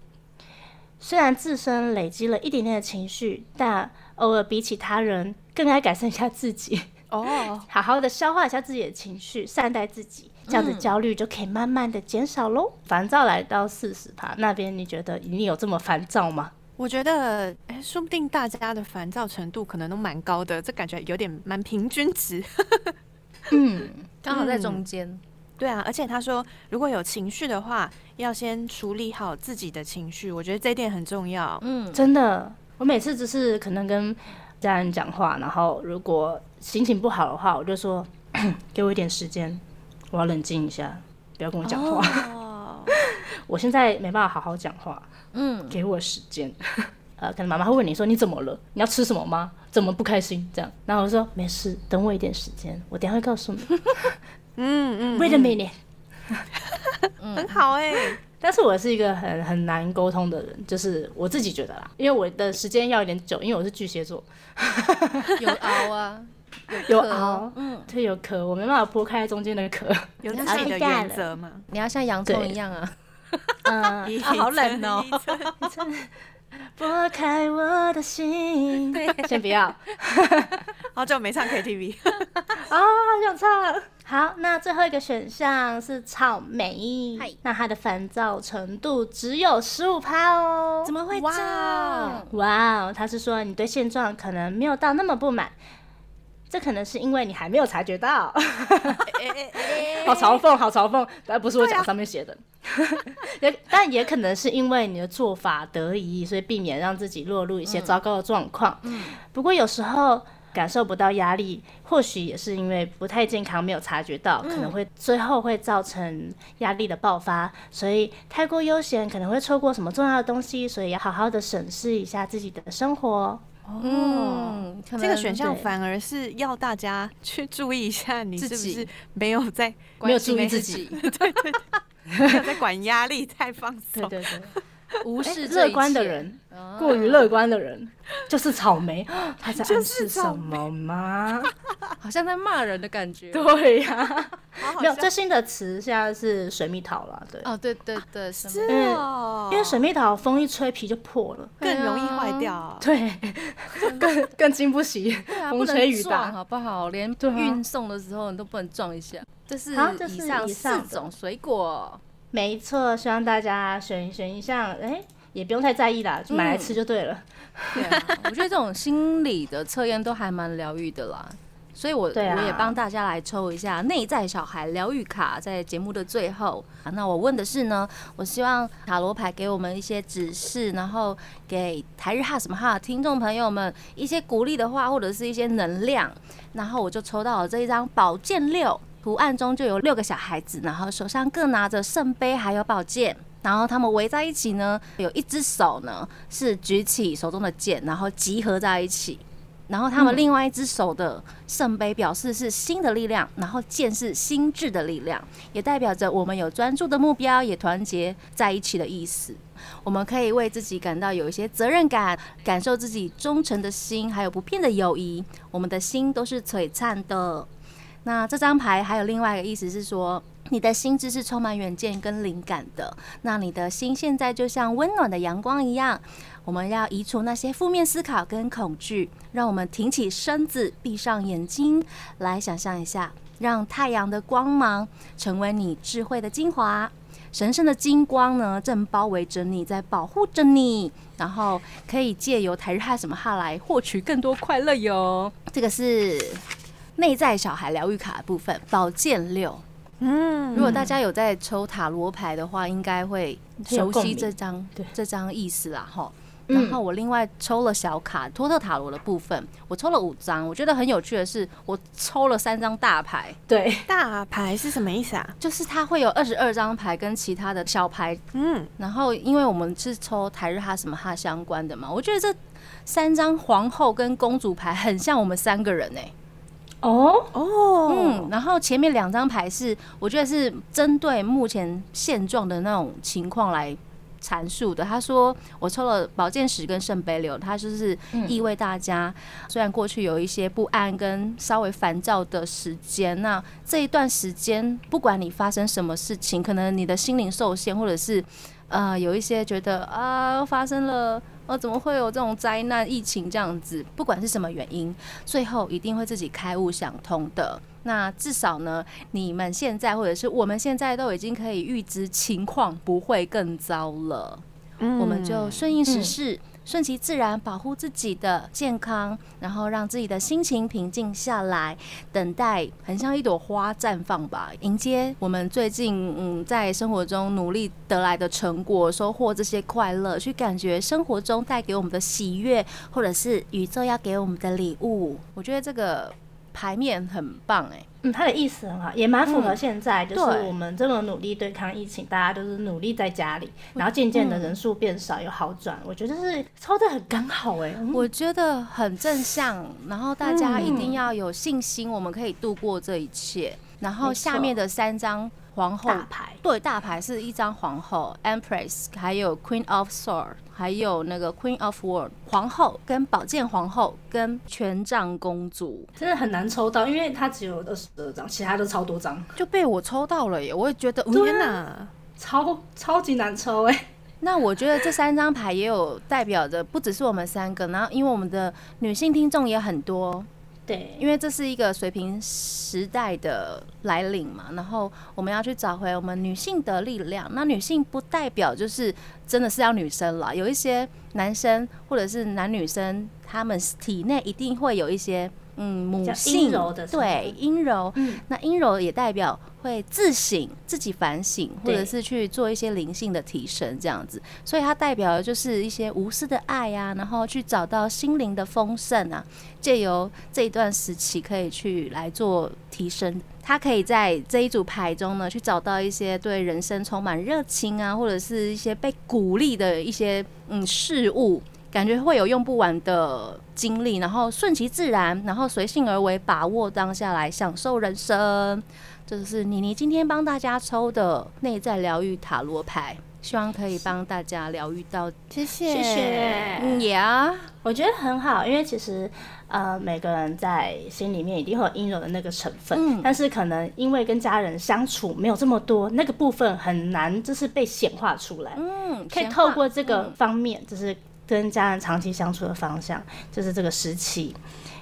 [SPEAKER 4] 虽然自身累积了一点点的情绪，但偶尔比起他人，更该改善一下自己。
[SPEAKER 3] 哦，
[SPEAKER 4] 好好的消化一下自己的情绪，善待自己，这样子焦虑就可以慢慢的减少喽。烦躁来到四十趴那边，你觉得你有这么烦躁吗？
[SPEAKER 3] 我觉得，哎，说不定大家的烦躁程度可能都蛮高的，这感觉有点蛮平均值。
[SPEAKER 2] 刚好在中间，
[SPEAKER 3] 对啊，而且他说，如果有情绪的话，要先处理好自己的情绪，我觉得这一点很重要。
[SPEAKER 2] 嗯，
[SPEAKER 4] 真的，我每次只是可能跟家人讲话，然后如果心情不好的话，我就说 *clears throat* 给我一点时间，我要冷静一下，不要跟我讲话。
[SPEAKER 3] 哦，
[SPEAKER 4] *laughs* 我现在没办法好好讲话，
[SPEAKER 2] 嗯，
[SPEAKER 4] 给我时间。 *laughs* 呃，可能妈妈会问你说你怎么了？你要吃什么吗？怎么不开心？这样，然后我说没事，等我一点时间，我等一下会告诉你。
[SPEAKER 3] 嗯嗯，
[SPEAKER 4] Wait a minute。
[SPEAKER 3] 很好哎、
[SPEAKER 4] 但是我是一个很很难沟通的人，就是我自己觉得啦，因为我的时间要有点久，因为我是巨蟹座， *laughs*
[SPEAKER 2] 有熬啊，
[SPEAKER 4] 有
[SPEAKER 2] 壳
[SPEAKER 4] 熬，
[SPEAKER 2] 嗯，
[SPEAKER 4] 对，有壳，我没办法剥开中间的壳。
[SPEAKER 3] 有自
[SPEAKER 4] 太
[SPEAKER 3] 己的
[SPEAKER 4] 大
[SPEAKER 3] 原
[SPEAKER 4] 了
[SPEAKER 3] 则嘛？
[SPEAKER 2] 你要像洋葱一样啊，
[SPEAKER 4] 嗯，
[SPEAKER 3] 一
[SPEAKER 2] 啊好冷哦
[SPEAKER 3] *laughs* 层一层
[SPEAKER 4] *laughs* 拨开我的心， *laughs* 先不要，
[SPEAKER 3] 好久没唱 KTV，
[SPEAKER 4] *laughs* 啊、好想唱。好，那最后一个选项是草莓
[SPEAKER 2] 嗨，
[SPEAKER 4] 那它的烦躁程度只有十五趴哦。
[SPEAKER 2] 怎么会这
[SPEAKER 3] 哇
[SPEAKER 2] 样？
[SPEAKER 4] 哇哦，他是说你对现状可能没有到那么不满，这可能是因为你还没有察觉
[SPEAKER 2] *laughs*
[SPEAKER 4] 到。
[SPEAKER 2] 哎
[SPEAKER 4] 好嘲讽，好嘲讽，但不是我讲上面写的。
[SPEAKER 2] 啊
[SPEAKER 4] *laughs* 也但也可能是因为你的做法得宜，所以避免让自己落入一
[SPEAKER 2] 嗯
[SPEAKER 4] 些糟糕的状况。不过有时候。感受不到压力，或许也是因为不太健康，没有察觉到，可能会最后会造成压力的爆发。所以太过悠闲可能会错过什么重要的东西，所以要好好的审视一下自己的生活。
[SPEAKER 2] 嗯，可能
[SPEAKER 3] 这个选项
[SPEAKER 4] 对
[SPEAKER 3] 反而是要
[SPEAKER 4] *laughs*
[SPEAKER 3] 大家去注意一下，你是
[SPEAKER 2] 自
[SPEAKER 3] 不
[SPEAKER 2] 己
[SPEAKER 3] 是没有在
[SPEAKER 4] 没有
[SPEAKER 2] 关心
[SPEAKER 4] 注意
[SPEAKER 2] 自
[SPEAKER 4] 自
[SPEAKER 3] *laughs*
[SPEAKER 4] 己，
[SPEAKER 3] 没有在管压力，太放
[SPEAKER 4] 对
[SPEAKER 3] 松。
[SPEAKER 4] 对对。
[SPEAKER 2] 无
[SPEAKER 4] 哎
[SPEAKER 2] 视这
[SPEAKER 4] 乐
[SPEAKER 2] 一
[SPEAKER 4] 观的
[SPEAKER 2] 切嗯
[SPEAKER 4] 人，过于乐观的人就是
[SPEAKER 2] *laughs*
[SPEAKER 4] 草莓，他在暗
[SPEAKER 3] 就是
[SPEAKER 4] 示
[SPEAKER 3] 草
[SPEAKER 4] 什
[SPEAKER 3] 莓
[SPEAKER 4] 么吗？
[SPEAKER 2] 好像在骂人的感觉。
[SPEAKER 4] 对呀、
[SPEAKER 3] 好好
[SPEAKER 4] 没有
[SPEAKER 3] 笑
[SPEAKER 4] 最新的词现在是水蜜桃了，对，
[SPEAKER 2] 哦，对对对，什
[SPEAKER 3] 是
[SPEAKER 2] 么
[SPEAKER 3] 哦，
[SPEAKER 4] 嗯因为水蜜桃风一吹皮就破了，
[SPEAKER 3] 更容易坏掉啊。
[SPEAKER 4] 对， *laughs* 更更经不起
[SPEAKER 2] 对啊，不
[SPEAKER 4] *laughs* 风
[SPEAKER 2] 能
[SPEAKER 4] 吹雨
[SPEAKER 2] 撞
[SPEAKER 4] 打。
[SPEAKER 2] 好不好？连
[SPEAKER 4] 对啊
[SPEAKER 2] 运送的时候你都不能撞一下。这是
[SPEAKER 4] 好这是
[SPEAKER 2] 以上
[SPEAKER 4] 以上
[SPEAKER 2] 四
[SPEAKER 4] 的
[SPEAKER 2] 种水果，
[SPEAKER 4] 没错，希望大家选选一项，哎，也不用太在意啦，就买来吃就对了。
[SPEAKER 2] 对啊，我觉得这种心理的测验都还蛮疗愈的啦。所以我，我、
[SPEAKER 4] 对啊
[SPEAKER 2] 也帮大家来抽一下内在小孩疗愈卡，在节目的最后。啊那我问的是呢，我希望塔罗牌给我们一些指示，然后给台日哈什么哈的听众朋友们一些鼓励的话，或者是一些能量。然后我就抽到了这一张宝剑六，图案中就有六个小孩子，然后手上各拿着圣杯还有宝剑，然后他们围在一起呢，有一只手呢是举起手中的剑，然后集合在一起。然后他们另外一只手的圣杯表示是新的力量，然后剑是心智的力量，也代表着我们有专注的目标，也团结在一起的意思。我们可以为自己感到有一些责任感，感受自己忠诚的心，还有不变的友谊。我们的心都是璀璨的。那这张牌还有另外一个意思是说，你的心智是充满远见跟灵感的。那你的心现在就像温暖的阳光一样，我们要移除那些负面思考跟恐惧，让我们挺起身子，闭上眼睛，来想象一下，让太阳的光芒成为你智慧的精华。神圣的金光呢，正包围着你，在保护着你，然后可以借由台日哈什么哈来获取更多快乐哟。这个是内在小孩疗愈卡的部分，宝剑六。
[SPEAKER 3] 嗯，
[SPEAKER 2] 如果大家有在抽塔罗牌的话，应该会熟悉这张
[SPEAKER 4] 对
[SPEAKER 2] 这张意思啦，吼。
[SPEAKER 4] 嗯
[SPEAKER 2] 然后我另外抽了小卡托特塔罗的部分，我抽了五张。我觉得很有趣的是，我抽了三张大牌，
[SPEAKER 4] 对，
[SPEAKER 3] 大牌是什么意思啊？
[SPEAKER 2] 就是它会有二十二张牌跟其他的小牌
[SPEAKER 3] 嗯，
[SPEAKER 2] 然后因为我们是抽台日哈什么哈相关的嘛，我觉得这三张皇后跟公主牌很像我们三个人哎、
[SPEAKER 4] 哦，
[SPEAKER 3] 哦，
[SPEAKER 2] 嗯，然后前面两张牌是我觉得是针对目前现状的那种情况来。阐述的，他说我抽了宝剑十跟圣杯六，他就是意味大家、虽然过去有一些不安跟稍微烦躁的时间，那这一段时间不管你发生什么事情，可能你的心灵受限，或者是呃，有一些觉得啊、发生了，呃，怎么会有这种灾难、疫情这样子？不管是什么原因，最后一定会自己开悟想通的。那至少呢，你们现在或者是我们现在都已经可以预知情况不会更糟了，
[SPEAKER 3] 嗯
[SPEAKER 2] 我们就顺应时势，顺其自然，保护自己的健康，然后让自己的心情平静下来，等待，很像一朵花绽放吧，迎接我们最近嗯在生活中努力得来的成果，收获这些快乐，去感觉生活中带给我们的喜悦，或者是宇宙要给我们的礼物。我觉得这个牌面很棒哎、
[SPEAKER 4] 嗯，他的意思很好，也蛮符合现在，就
[SPEAKER 2] 对
[SPEAKER 4] 是我们这么努力对抗疫情，大家都是努力在家里，然后渐渐的人数变少，有好转，我觉得是抽的很刚好哎、嗯
[SPEAKER 2] 我觉得很正向，然后大家一定要有信心，我们可以度过这一切。然后
[SPEAKER 4] 没错
[SPEAKER 2] 下面的三张皇后
[SPEAKER 4] 大牌
[SPEAKER 2] 对，大牌是一张皇后 （Empress），还有 Queen of Sword，还有那个 Queen of World 皇后，跟宝剑皇后，跟权杖公主
[SPEAKER 4] 真的很难抽到，因为它只有二十二张，其他都超多张，
[SPEAKER 2] 就被我抽到了耶！我也觉得，
[SPEAKER 4] 啊
[SPEAKER 2] 嗯
[SPEAKER 3] 天哪，
[SPEAKER 4] 超超级难抽哎、
[SPEAKER 2] 那我觉得这三张牌也有代表着，不只是我们三个，然后因为我们的女性听众也很多，
[SPEAKER 4] 对，因
[SPEAKER 2] 因
[SPEAKER 4] 为
[SPEAKER 2] 为这是一个水平时代的来临嘛，然后我们要去找回我们女性的力量。那女性不代表就是真的是要女生了，有一些男生或者是男女生，他们体内一定会有一些嗯母
[SPEAKER 4] 较
[SPEAKER 2] 性
[SPEAKER 4] 阴柔的成
[SPEAKER 2] 对
[SPEAKER 4] 分
[SPEAKER 2] 阴柔，
[SPEAKER 4] 嗯
[SPEAKER 2] 那阴柔也代表会自省、自己反省，或者
[SPEAKER 4] 对
[SPEAKER 2] 是去做一些灵性的提升这样子。所以它代表的就是一些无私的爱呀、然后去找到心灵的丰盛啊，借由这一段时期可以去来做提升。它可以在这一组牌中呢，去找到一些对人生充满热情啊，或者是一些被鼓励的一些嗯事物。感觉会有用不完的精力，然后顺其自然，然后随性而为，把握当下来享受人生。这就是妮妮今天帮大家抽的内在疗愈塔罗牌，希望可以帮大家疗愈到。
[SPEAKER 3] 谢谢
[SPEAKER 4] 谢谢，
[SPEAKER 2] 嗯呀，
[SPEAKER 4] 我觉得很好，因为其实呃，每个人在心里面一定会有阴柔的那个成分，
[SPEAKER 2] 嗯
[SPEAKER 4] 但是可能因为跟家人相处没有这么多，那个部分很难就是被显化出来。
[SPEAKER 2] 嗯，
[SPEAKER 4] 可以
[SPEAKER 2] 闲
[SPEAKER 4] 透
[SPEAKER 2] 话
[SPEAKER 4] 过这个
[SPEAKER 2] 嗯
[SPEAKER 4] 方面，就是跟家人长期相处的方向，就是这个时期，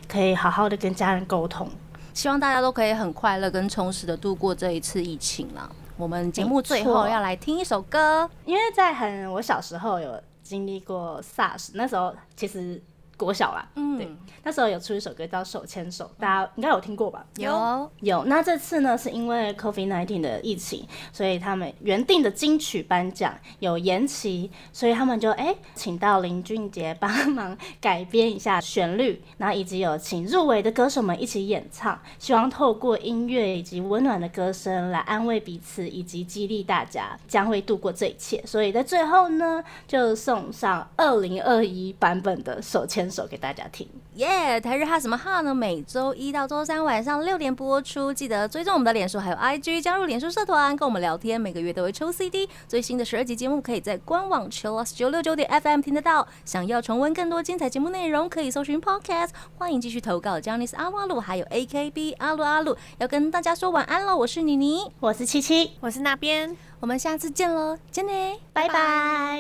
[SPEAKER 4] 可以好好的跟家人沟通。
[SPEAKER 2] 希望大家都可以很快乐跟充实的度过这一次疫情啦。我们节目
[SPEAKER 4] 没
[SPEAKER 2] 最
[SPEAKER 4] 错
[SPEAKER 2] 后要来听一首歌，
[SPEAKER 4] 因为在很我小时候有经历过 SARS，那时候其实国小啦，对
[SPEAKER 2] 嗯，
[SPEAKER 4] 那时候有出一首歌叫《手牵手》，大家应该有听过吧？
[SPEAKER 2] 有
[SPEAKER 4] 有，那这次呢，是因为 COVID 1 9的疫情，所以他们原定的金曲颁奖有延期，所以他们就哎、请到林俊杰帮忙改编一下旋律，然后以及有请入围的歌手们一起演唱，希望透过音乐以及温暖的歌声来安慰彼此以及激励大家，将会度过这一切。所以在最后呢，就送上2021版本的手牵手给大家听。
[SPEAKER 2] 耶！台日哈什么哈呢？每周一到周三晚上六点播出，记得追踪我们的脸书还有 IG，加入脸书社团跟我们聊天，每个月都会抽 CD。最新的十二集节目可以在官网 chillus 九六九点 FM 听得到。想要重温更多精彩节目内容，可以搜寻 Podcast。欢迎继续投稿 j o n n y s 阿鲁阿鲁还有 AKB 阿鲁阿鲁，要跟大家说晚安喽！我是妮妮，
[SPEAKER 4] 我是七七，
[SPEAKER 3] 我是那边。
[SPEAKER 2] 我们下次见喽，见呢。
[SPEAKER 4] 拜拜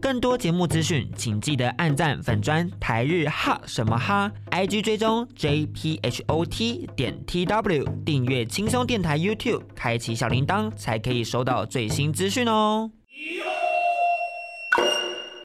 [SPEAKER 5] 更多节目资讯，请记得按赞粉砖台日哈什么哈，IG 追踪 JPHOT 点 TW，订阅轻松电台 YouTube，开启小铃铛才可以收到最新资讯哦。